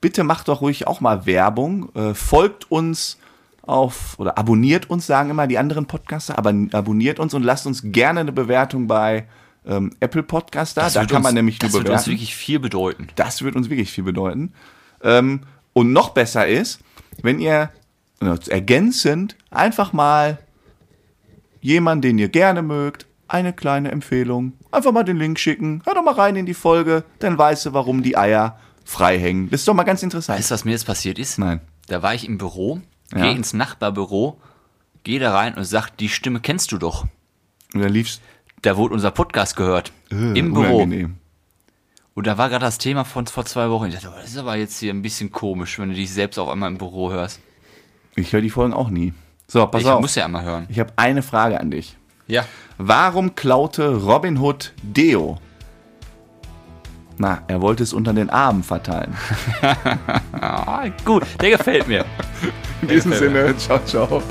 Bitte macht doch ruhig auch mal Werbung. Äh, folgt uns auf oder abonniert uns, sagen immer die anderen Podcaster, aber abonniert uns und lasst uns gerne eine Bewertung bei ähm, Apple Podcast da.
Das
Da
wird
kann man
uns-
nämlich nur
Das wird uns
bewerten.
wirklich viel bedeuten.
Das wird uns wirklich viel bedeuten. Ähm, und noch besser ist, wenn ihr äh, ergänzend einfach mal jemanden, den ihr gerne mögt, eine kleine Empfehlung, einfach mal den Link schicken, hör doch mal rein in die Folge, dann weißt du, warum die Eier frei hängen. Das ist doch mal ganz interessant.
Weißt du, was mir jetzt passiert ist?
Nein.
Da war ich im Büro,
Ja.
gehe ins Nachbarbüro, gehe da rein und sag, die Stimme kennst du doch.
und dann lief's
Da wurde unser Podcast gehört. Im Büro.
Äh, unangenehm.
Und da war gerade das Thema von vor zwei Wochen. Ich dachte, oh, das ist aber jetzt hier ein bisschen komisch, wenn du dich selbst auf einmal im Büro hörst.
Ich höre die Folgen auch nie. So, pass
ich
auf.
muss ja einmal hören.
ich habe eine Frage an dich.
Ja.
Warum klaute Robin Hood Deo? Na, er wollte es unter den Armen verteilen.
Ah, gut, der gefällt mir.
In diesem Sinne, ciao, ciao.